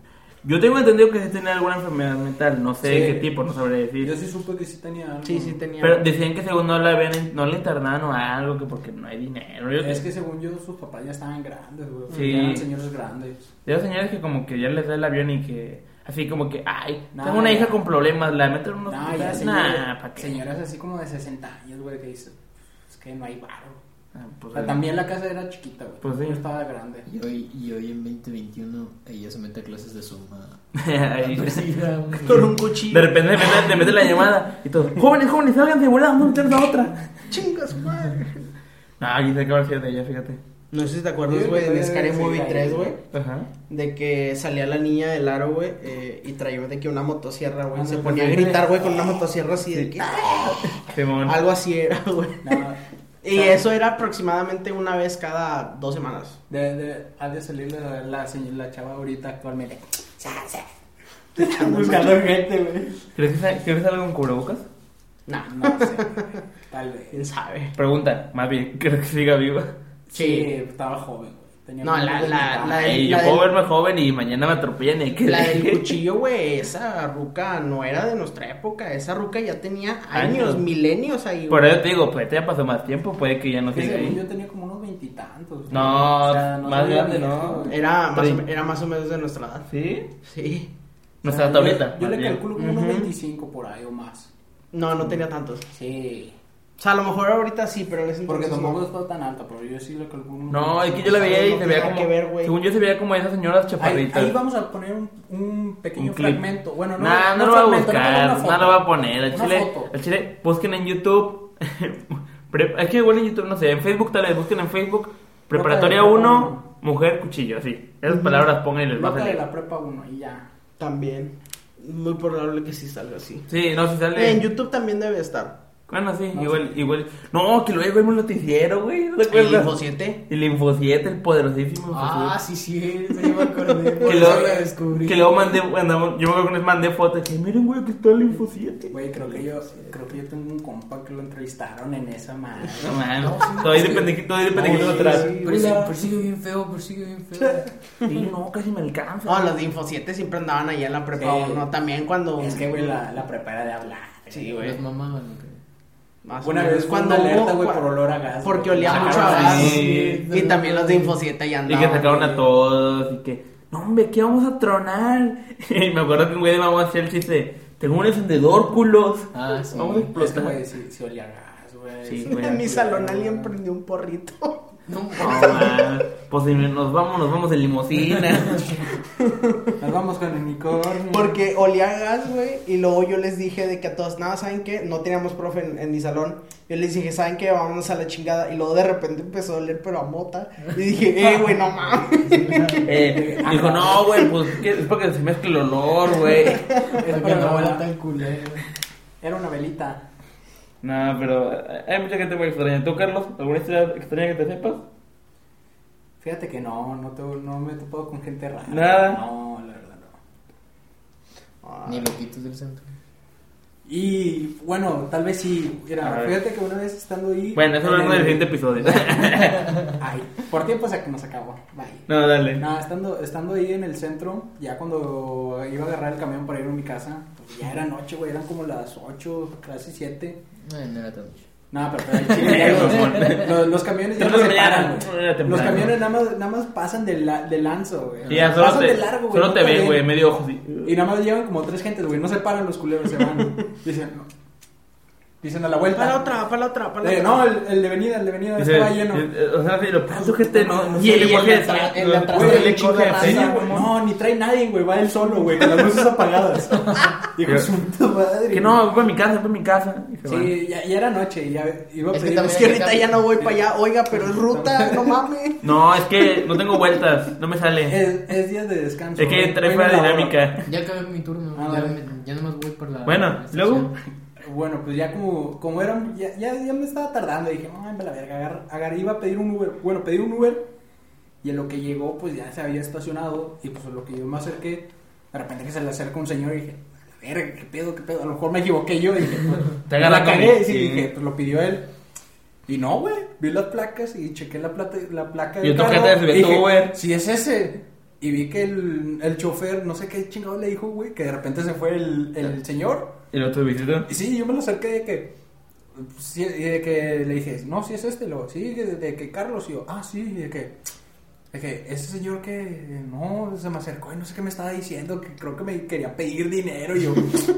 Yo tengo entendido que sí tenía alguna enfermedad mental. No sé Sí. qué tipo, no sabré decir. Yo sí supe que sí tenía algo. Sí, sí tenía. Pero decían que según no la habían, no la internaban o algo, que porque no hay dinero. Yo, Es que según yo, sus papás ya estaban grandes, güey. Sí. Ya eran señores grandes. De los señores que como que ya les da el avión y que... Así como que, ay, Nah. tengo una hija con problemas, la meto en unos... pues, Nah, ya hospitales. señora- nah, ¿pa' qué? señoras así como de 60 años, güey, que dice, es que no hay varo. Ah, O pues, sea, eh, también la casa era chiquita, güey. Pues sí. Yo estaba grande. Y hoy, y hoy en 2021 ella se mete a clases de Pues suma. ahí- Con un cuchillo. de repente te mete, te mete la llamada y todo, jóvenes, jóvenes, sálganse, volá, vamos a meternos a otra. Chingas, madre. Ah, y se acaba el de ella, fíjate. No sé si te acuerdas, Sí, güey, de sí, Scary sí, Movie ahí, 3, güey. güey. Ajá. De que salía la niña del aro, güey, eh, y traía de que una motosierra, güey. Ah, Se no, ponía a sí. gritar, güey, con una motosierra así de que. Simón. Algo así era, güey. No, Y Ah. eso era aproximadamente una vez cada dos semanas. de, de, ha de salir la, la, señ- la chava ahorita actualmente. Buscando gente, güey. ¿Crees que, sa- ¿Crees que salga con cubrebocas? Nah, Ah, No sé, güey. tal vez. quién sabe. Pregunta, más bien, ¿crees que siga viva? Sí, estaba joven, güey. Tenía No, la- la- la- Ey, del- yo puedo del- verme joven y mañana me atropellan y que... La del cuchillo, güey, esa ruca no era de nuestra época. Esa ruca ya tenía años, Años. milenios ahí, Por güey. eso te digo, pues ya pasó más tiempo, puede que ya no Que siga según ahí. yo tenía como unos veintitantos. güey. No, más sabía Eh, grande, viejo, no. güey. Era más, o, Sí. me- era más o menos de nuestra edad. ¿Sí? Sí. No O está sea, hasta yo- ahorita. Yo más le bien. calculo como unos Ujú. 25 por ahí o más. No, no tenía tantos. Sí. O sea, a lo mejor ahorita sí, pero en ese Porque entonces tampoco no. está tan alta, pero yo sí le calculo unos No, es que yo la No, veía no y se veía tiene como. que ver, güey. según yo se veía como esas señoras Ahí, chaparritas. ahí vamos a poner un, un pequeño Un clip. fragmento. Bueno, no, Nah, no, no lo va a fragmento, no, buscar, una no, foto. lo va a poner. Al Una chile, foto. al chile, busquen en YouTube. pre- es que igual en YouTube, no sé, en Facebook tal vez, busquen en Facebook. Preparatoria Nota de la 1, mujer, cuchillo, así. Esas Ujú. palabras pongan y les va a Nota de salir. la prepa 1 y ya. También. Muy probable que sí salga así. Sí, no, si sale. En YouTube también debe estar. Bueno, sí, No, igual, igual. No, que luego en un noticiero, güey. ¿No te El acuerdas? Info 7. El Info 7, el poderosísimo Info 7. Ah, sí, sí, yo me acordé. por Que eso luego, la descubrí. que luego mandé, mandamos- yo me acuerdo que les mandé fotos que miren, güey, que está el Info 7. Güey, creo que yo, creo que yo tengo un compa que lo entrevistaron en esa madre. No mames, todavía de pendejito, todavía de pendejito sí, atrás. sí. Persigue, persigue bien feo, persigue bien feo. Sí, no, casi me alcanza. No, los Ah, de Info 7 siempre andaban allá en la prepa Sí. 1. También cuando. Es que, güey, la, la prepa era de hablar. Sí, Las güey. mamaban, ¿no crees? Más o Una menos. vez cuando hubo- alerta, güey, cua- por olor a gas. Porque güey. olía Ah, mucho a sí. gas. Sí. Y también los de Info 7 ya y andaban. que sacaron a güey. todos y que, no, hombre, ¿qué vamos a tronar? Y me acuerdo que un güey de mamá hacía el chiste, tengo un encendedor, culos. Ah, sí. Vamos a Es que, explotar. este güey, sí, sí olía a gas, güey. Sí, Sí, güey. En mi olía, salón güey. alguien prendió un porrito. No, No, mames, pues si nos vamos, nos vamos en limusina. Nos vamos con el unicornio. Porque olía a gas, güey. Y luego yo les dije de que a todos, nada, ¿saben qué? No teníamos profe en, en mi salón. Yo les dije, ¿saben qué? Vámonos a la chingada. Y luego de repente empezó a oler, pero a mota. Y dije, eh, güey, no mames. Eh, dijo, no, güey, pues ¿qué? es para que se mezcle el olor, güey. Es Para que para no huela la- tan culero. Era una velita. No, pero eh, hay mucha gente muy extraña. ¿Tú, Carlos, alguna historia extraña que te sepas? Fíjate que no, no, te, no me he topado con gente rara. Nada. No, la verdad no. Ni loquitos del centro. Y bueno, tal vez sí. A Mira, ver. fíjate que una vez estando ahí. Bueno, eso lo en vemos en el el- siguiente episodio. Ay, por tiempo se que nos acabó. Bye. no, dale. Nada, estando, estando ahí en el centro, ya cuando iba a agarrar el camión para ir a mi casa, pues ya era noche, güey, eran como las 8, casi 7. No, no era tan mucho. No, pero, pero el chile, los, los, los camiones ya Tres no de se la mañana, paran, una güey. hora temprano. Los camiones nada más, nada más pasan de, la, de lanzo, güey. Sí, ya solo pasan te, de largo, güey. solo no te ven, ven. güey, medio ojo así. Y nada más llevan como tres gentes, güey. No se paran los culeros, se van. güey. Dicen, no. Dicen a la vuelta. Para la otra, para la otra, para la Eh, otra. no, el, el de venida, el de venida Dice, estaba lleno. Ah, eh, O sea, si lo paso, gente, no, no Y sé, el- le y el coge de de atrás- tra- el de atrás, güey, güey, le chingo coge de de raza, Sí, frente, güey, güey. no, ni trae nadie, güey. Va él solo, güey, con las luces apagadas. Dijo, Que- su puta madre. Que no, voy a mi casa, voy a mi casa. Y se van. Sí, ya, ya era noche. Ya iba a Es que pedir- también- Es que ahorita ya no voy para allá, oiga, pero es ruta, no mames. No, es que no tengo vueltas, no me sale. Es, es días de descanso. Es que güey. entré Hoy fuera no de laboro. dinámica. Ya acabé mi turno. Ah, ya, vale. me- ya nomás voy por la. Bueno, la luego. estación. Bueno, pues ya como, como era, ya, ya, ya me estaba tardando, dije, ay, me la verga, agar, agar- iba a pedir un Uber. Bueno, pedí un Uber y en lo que llegó, pues ya se había estacionado y pues en lo que yo me acerqué, de repente que se le acerca un señor y dije, "A la verga, qué pedo, qué pedo, a lo mejor me equivoqué yo, dije, pues, Te agarra la cagué, con- sí, sí. dije, pues lo pidió él. Y no, güey, vi las placas y chequé la, plata, la placa Y del otro carro, gente se ve y dije, tú, güey. Sí, es ese. Y vi que el, el chofer, no sé qué chingado le dijo, güey, que de repente se fue el, el señor. El otro visito. Y sí, yo me lo acerqué de que, pues, sí, y de que le dije, no, si es este, lo, sí, de, de que Carlos, y yo, ah, sí, y de que, de que ese señor que, eh, no, se me acercó y no sé qué me estaba diciendo, que creo que me quería pedir dinero, y yo,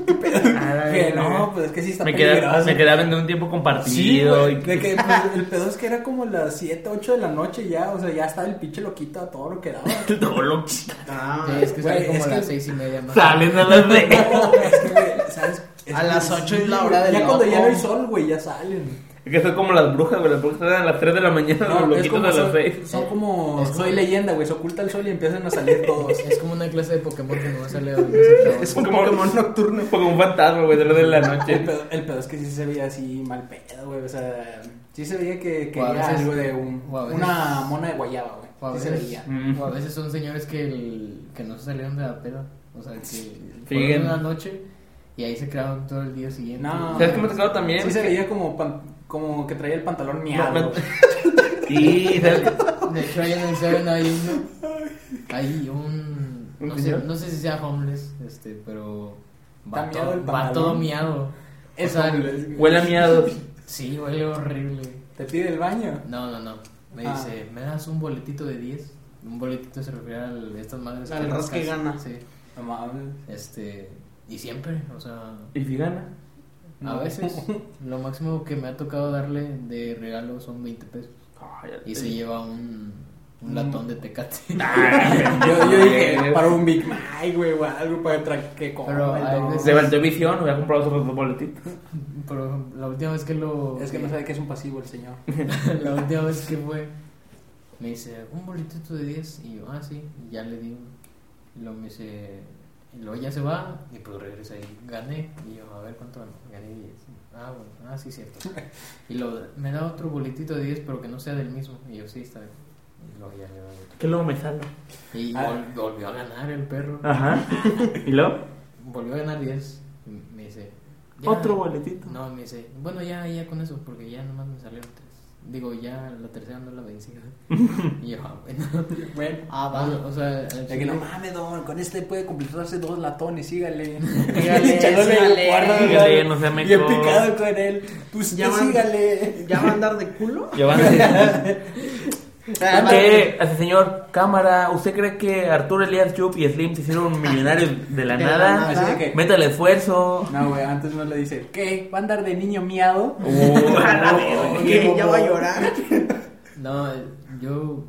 ¿qué pedo? A la que verga. no, pues es que sí está Me quedaba, peligroso. me quedaba en un tiempo Sí, compartido. güey, y- de que pues, el pedo es que era como las 7, 8 de la noche ya, o sea, ya estaba el pinche loquito a todo lo que daba. Todo lo- Ah, Sí, es que Güey, sale como es a las que- seis y media más. Salen a las de. No, es que, güey, ¿sabes? Es A que las ocho sí, es la güey, hora del Ya cuando ya no hay loco. sol, güey, ya salen. Es que son como las brujas, güey. Las brujas salen a las 3 de la mañana, No, los es loquitos como a las son, 6. son como Es como- soy leyenda, güey. Se oculta el sol y empiezan a salir todos. Es como una clase de Pokémon que no va a salir a ver. es un Pokémon nocturno. Como un fantasma, güey, de la de la El noche. pedo, el pedo es que sí se veía así mal pedo, güey. O sea, sí se veía que, que O a era veces- algo de un- o a veces- una mona de guayaba, güey. O a Sí se veces, veía. Mm. o a veces son señores que, el- que no se salieron de la peda. O sea, que Siguen. fueron una noche y ahí se quedaron todo el día siguiente. No. ¿Sabes qué me ha tocado también? Sí se veía como, pan- como que traía el pantalón No, me- miado. güey. Sí, ¿sabes? De hecho, ahí en el Seven hay uno. Hay un. ¿Un No sé, señor? no sé si sea homeless, este, pero. Va, Está miado todo, el va pantalón. todo miado. O Es sea, homeless, güey. Huele a miados. sí, huele horrible. Te pide el baño. No, no, no. Me Ah. dice, ¿me das un boletito de 10? Un boletito se refiere a estas madres Al ras que rascas. gana. Sí. No mames. Este. Y siempre, o sea. Y si gana. A No. veces, lo máximo que me ha tocado darle de regalo son 20 pesos. Ay, Y se lleva un, un Mm. latón de tecate. Yo, yo dije, para un Big Mac, güey, o algo para tra- que coma. Pero hay no. veces- Se levantó en visión, voy a comprar otros dos boletitos. Pero la última vez que lo. Es que no sabe que es un pasivo el señor. La última vez que fue, me dice, un boletito de 10. Y yo, ah, sí, y ya le di uno. Y luego me dice, y luego ya se va, y pues regresa y gané. Y yo, a ver cuánto ganó, gané 10. Ah, bueno, ah, sí, cierto. Y luego me da otro boletito de 10, pero que no sea del mismo. Y yo, sí, está bien. Y luego ya le doy otro. Que luego me sale. Y Ah. vol- volvió a ganar el perro. Ajá. ¿Y luego? Volvió a ganar 10. Y Me dice, ya- Otro boletito. No, me dice, bueno, ya, ya con eso, porque ya nomás me salieron tres. Digo, ya la tercera no la vencí. y yo, ah, bueno. Bueno. Ah, vale. O sea, al De que no chile- mames, don, con este puede completarse dos latones, sígale. Sígale, Echándole el sígale, guardo, sígale, güey. no sea meco. Bien picado con él. Pues Ya ya van- sígale. ¿Ya va a andar de culo? Llevándose. Ah, ¿Qué? Así, señor, cámara, ¿usted cree que Arturo Elias Chup y Slim se hicieron millonarios de la De la nada? nada. Así de que- Meta el esfuerzo. No, güey, antes no le dice, ¿qué? ¿Va a andar de niño miado? A la Oh. verga, ¿qué? Ah, ya va a llorar. No, yo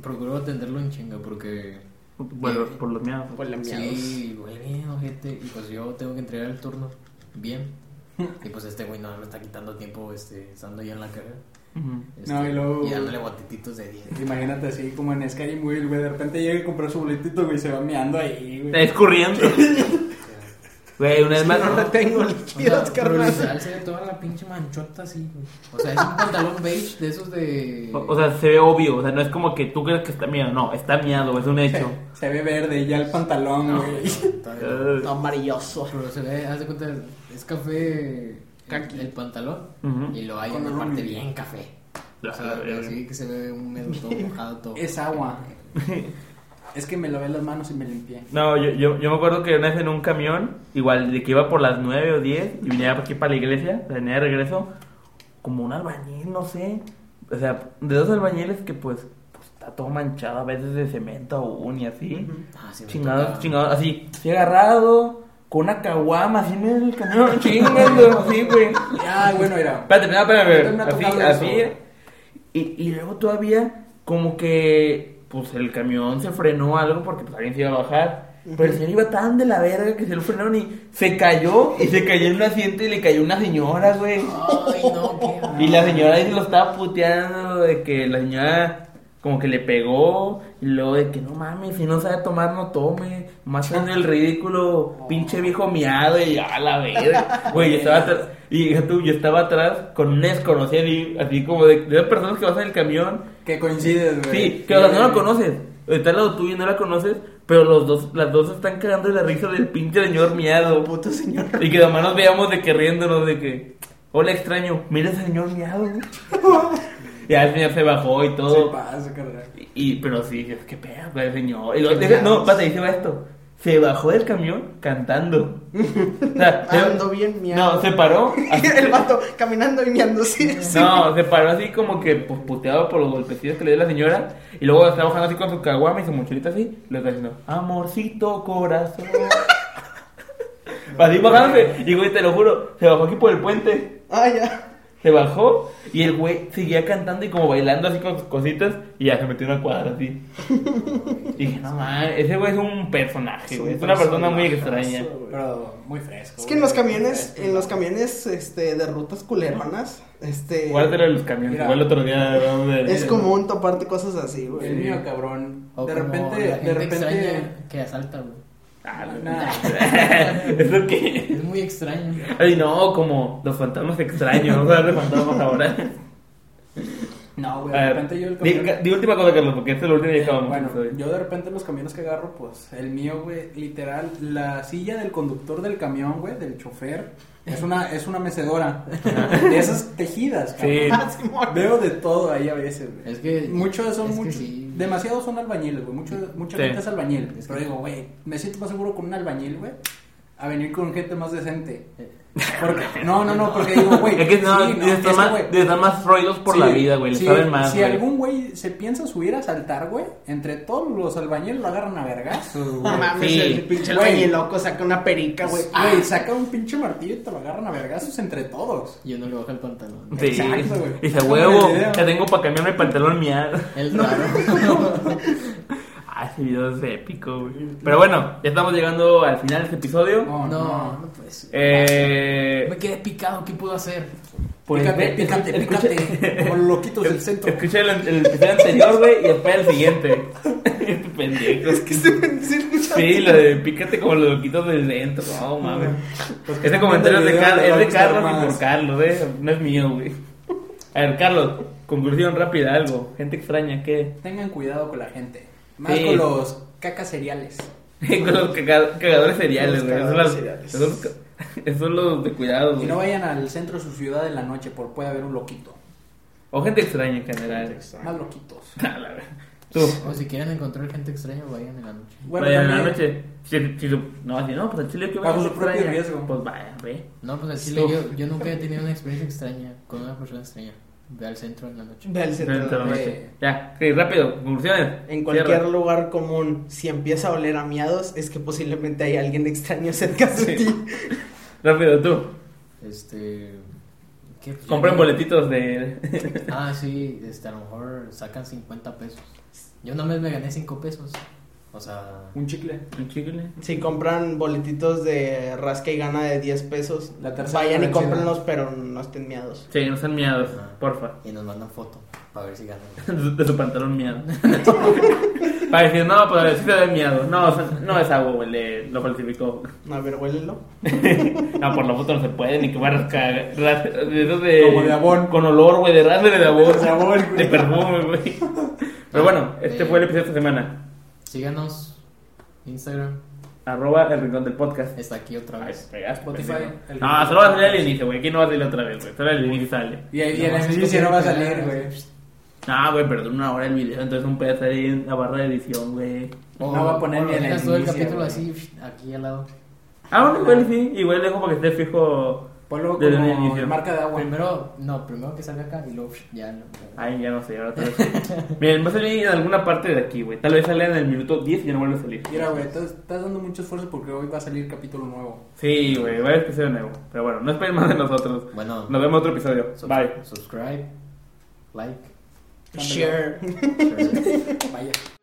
procuro atenderlo en chinga porque. Bueno, por los miedos. Pues la miados. Sí, huele bien, ojete. Y pues yo tengo que entregar el turno bien. Y pues este güey no me está quitando tiempo este, estando ya en la carrera. Ujú. Este, No, y luego- Y dándole botetitos de 10. Imagínate así como en Scary Movie, güey, de repente llega y compra su boletito, güey, y se va meando ahí, Está güey. escurriendo. Güey, una vez más. No tengo O sea, líquidos, pero carnal. literal se ve toda la pinche manchota así, güey. O sea, es un pantalón beige de esos de. O o sea, se ve obvio. O sea, no es como que tú crees que está miado. No, está miado, es un hecho. Se ve verde ya el pantalón, No, güey. todavía no. Eh, Todo amarilloso. Pero se ve, haz de cuenta, es café el- Caqui. el, pantalón Ujú. y lo hay Con una rum. parte bien café. O sea, así que se ve un medio todo mojado todo. Es agua. Es que me lavé las manos y me limpié. No, yo, yo, yo me acuerdo que una vez en un camión, igual de que iba por las 9 o 10 y venía aquí para la iglesia, venía de regreso, como un albañil, no sé. O sea, de dos albañiles que pues, pues, está todo manchado a veces de cemento aún y así. Ah, sí, me Chingados, tocaba. chingados, así, así agarrado, con una caguama, así en el camión, chingando, así, güey. Ya, Ah, bueno, era. Espérate, espérate, Yo me ha espérate, espérate. tocado eso. Así, así. Y, y luego todavía, como que, pues el camión se frenó algo porque pues, alguien se iba a bajar. Pero el señor iba tan de la verga que se lo frenaron y se cayó. Y se cayó en un asiento y le cayó una señora, güey. Ay, no, qué. Y la señora ahí se lo estaba puteando de que la señora como que le pegó y luego de que no mames, si no sabe tomar no tome, más en el ridículo, pinche viejo miado y a la verga. Güey, yo estaba atrás, y deja tú, yo estaba atrás con un desconocido así, así como de, de esas personas que vas en el camión, Que coincides, güey. sí, que o sea, no la conoces, está al lado tuyo y no la conoces, pero los dos, las dos están cagando de la risa del pinche señor miado. Puto señor. Y que nomás nos veamos de que riéndonos de que, hola extraño, mira ese señor miado. güey". ya el señor se bajó y Se todo. pasa, carnal. y, y- pero sí, es que pedo, el señor. Y luego- deja- no, pasa, dice va esto. Se bajó del camión cantando. O sea, se- Ando bien, miado. No, se paró. así- el vato caminando y meando así. no, se paró así como que pues, puteado por los golpecitos que le dio la señora. Y luego estaba bajando así con su caguama y su mochilita así. Le está diciendo, amorcito corazón. así bajándose. Y güey, te lo juro, se bajó aquí por el puente. Ah, ya. Se bajó y el güey seguía cantando y como bailando así con sus cositas y ya se metió en una cuadra así. Y dije, no mames, ese güey es un personaje, Es güey. un Es una persona muy personajazo, extraña. güey. Pero muy fresco. Es que en los güey. camiones, en los camiones este, de rutas culeronas, este, Guárdalo de los camiones, Mira. igual el otro día hablamos de- es común toparte cosas así, El güey. mío, cabrón. O De como repente, la gente de repente. extraña que asalta, güey. Ah, no. Nah. ¿Eso qué? Es muy extraño. Ay, no, como los fantasmas extraños. Vamos a hablar de fantasmas ahora. No, güey. A De ver, repente yo el di, camión. di última cosa, Carlos, porque esta es la última que acabamos. Bueno, Soy- yo de repente los camiones que agarro, pues el mío, güey, literal, la silla del conductor del camión, güey, del chofer, es una, es una mecedora. De esas tejidas, Sí. cabrón. Veo de todo ahí a veces, güey. Es que. Muchos son es que muchos. sí. Demasiados son albañiles, güey. Mucho- mucha Sí. gente es albañil. Es pero que- digo, güey, me siento más seguro con un albañil, güey, a venir con gente más decente. Eh. Porque, no, no, no, porque digo, güey. es que no, sí, les, da es que, más, güey, les da más ruidos por Sí, la vida, güey. Les sí, saben más. Si güey. algún güey se piensa subir a saltar, güey, entre todos los albañiles lo agarran a vergazos, güey. No mames, Sí. el pinche Güey. albañil loco saca una perica, güey. Ah, Güey, Ah. güey, saca un pinche martillo y te lo agarran a vergazos entre todos. Yo no le bajo el pantalón. Sí. Exacto, güey. y se Sácame huevo, el video". ya tengo para cambiarme el pantalón miado. El raro. Ah, ese video es épico, güey. Pero bueno, ya estamos llegando al final de este episodio. No, No, no. no puede ser. Eh, Me quedé picado, ¿qué puedo hacer? pues, pícate, ve- pícate, escucha- pícate. Como los loquitos del centro. Escucha el, el episodio anterior, güey, y después el siguiente. Este pendejo. Es que se me se escucha- Sí, lo de pícate como los loquitos del centro. No, mames. Los Pues que Este están comentario es viendo de, el Car- video les va es a de gustar Carlos y más. por Carlos, eh. No es mío, güey. A ver, Carlos, conclusión rápida, algo. Gente extraña, ¿qué? Tengan cuidado con la gente. Más Sí. con los cacas cereales. Con los caga- cagadores cereales, Los güey. Esos, cagadores las- cereales. esos los ca- esos los de cuidado, Y güey. no vayan al centro de su ciudad en la noche porque puede haber un loquito. O gente extraña en general. Más loquitos. A la verga. Tú. O si quieren encontrar gente extraña, vayan en la noche. Bueno, Vaya, en la también- noche. Si, si su- no, si no, pues el chile que Bajo vaya su propio extraña, riesgo. Pues vaya, ve. No, pues al chile yo, yo nunca he tenido una experiencia extraña con una persona extraña. Ve al centro en la noche. Ve al centro de la Dentro de la noche. noche. este, Ya, sí, rápido, conclusiones. En cualquier Cierra. lugar común, si empieza a oler a miados, es que posiblemente hay alguien extraño cerca de ti. Rápido, tú. Este. ¿qué? Pues ya Compren no- boletitos de. Ah, sí, este, a lo mejor sacan 50 pesos. Yo una vez me gané 5 pesos. O sea, Un chicle. Un chicle. Si compran boletitos de rasca y gana de 10 pesos, La tercera vayan y vencida. cómprenlos, pero no estén miados. Sí, no sean miados, Ah. Ajá. porfa. y nos mandan foto para ver si ganan. De su pantalón miado. Para decir, no, pues sí se ve miado. No, o sea, no es agua, güey, le- lo falsificó. A ver, huélelo. No, por la foto no se puede, ni que va a rascar. ras- de esos de- Como de abón. Con olor, güey, de rastre de abón. De abón, güey. De perfume, güey. Pero bueno, este Eh. fue el episodio de esta semana. Síganos, Instagram, Arroba el rincón del podcast. está aquí otra Ay, vez. pegas, Spotify, pendejo. El Ah, No, Rincón solo va a del salir al Podcast. inicio, güey. Aquí no va a salir otra vez, güey. Solo al inicio sale. Y, ahí- y Nomás en el es inicio no va a copiar y salir, pegar, güey. No, güey, pero dura una hora el video, entonces un pedazo ahí en la barra de edición, güey. O- No va a poner o ni en el dejas todo el inicio, capítulo güey. así, psh, aquí al lado. Ah, bueno, igual sí, igual dejo para que esté fijo Ponlo Desde el como inicio. marca de agua. Primero, no, primero que salga acá y luego psh, ya no. Ay, ya no sé, ahora otra vez. Miren, va a salir en alguna parte de aquí, güey. Tal vez salga en el minuto 10 y ya no vuelve a salir. Mira, güey, estás, estás dando mucho esfuerzo porque hoy va a salir capítulo nuevo. Sí, güey, va a empezar de nuevo. Pero bueno, no esperen más de nosotros. Bueno, Nos vemos en otro episodio. sub- Bye. subscribe, like, Dándole- Share. share. Vaya.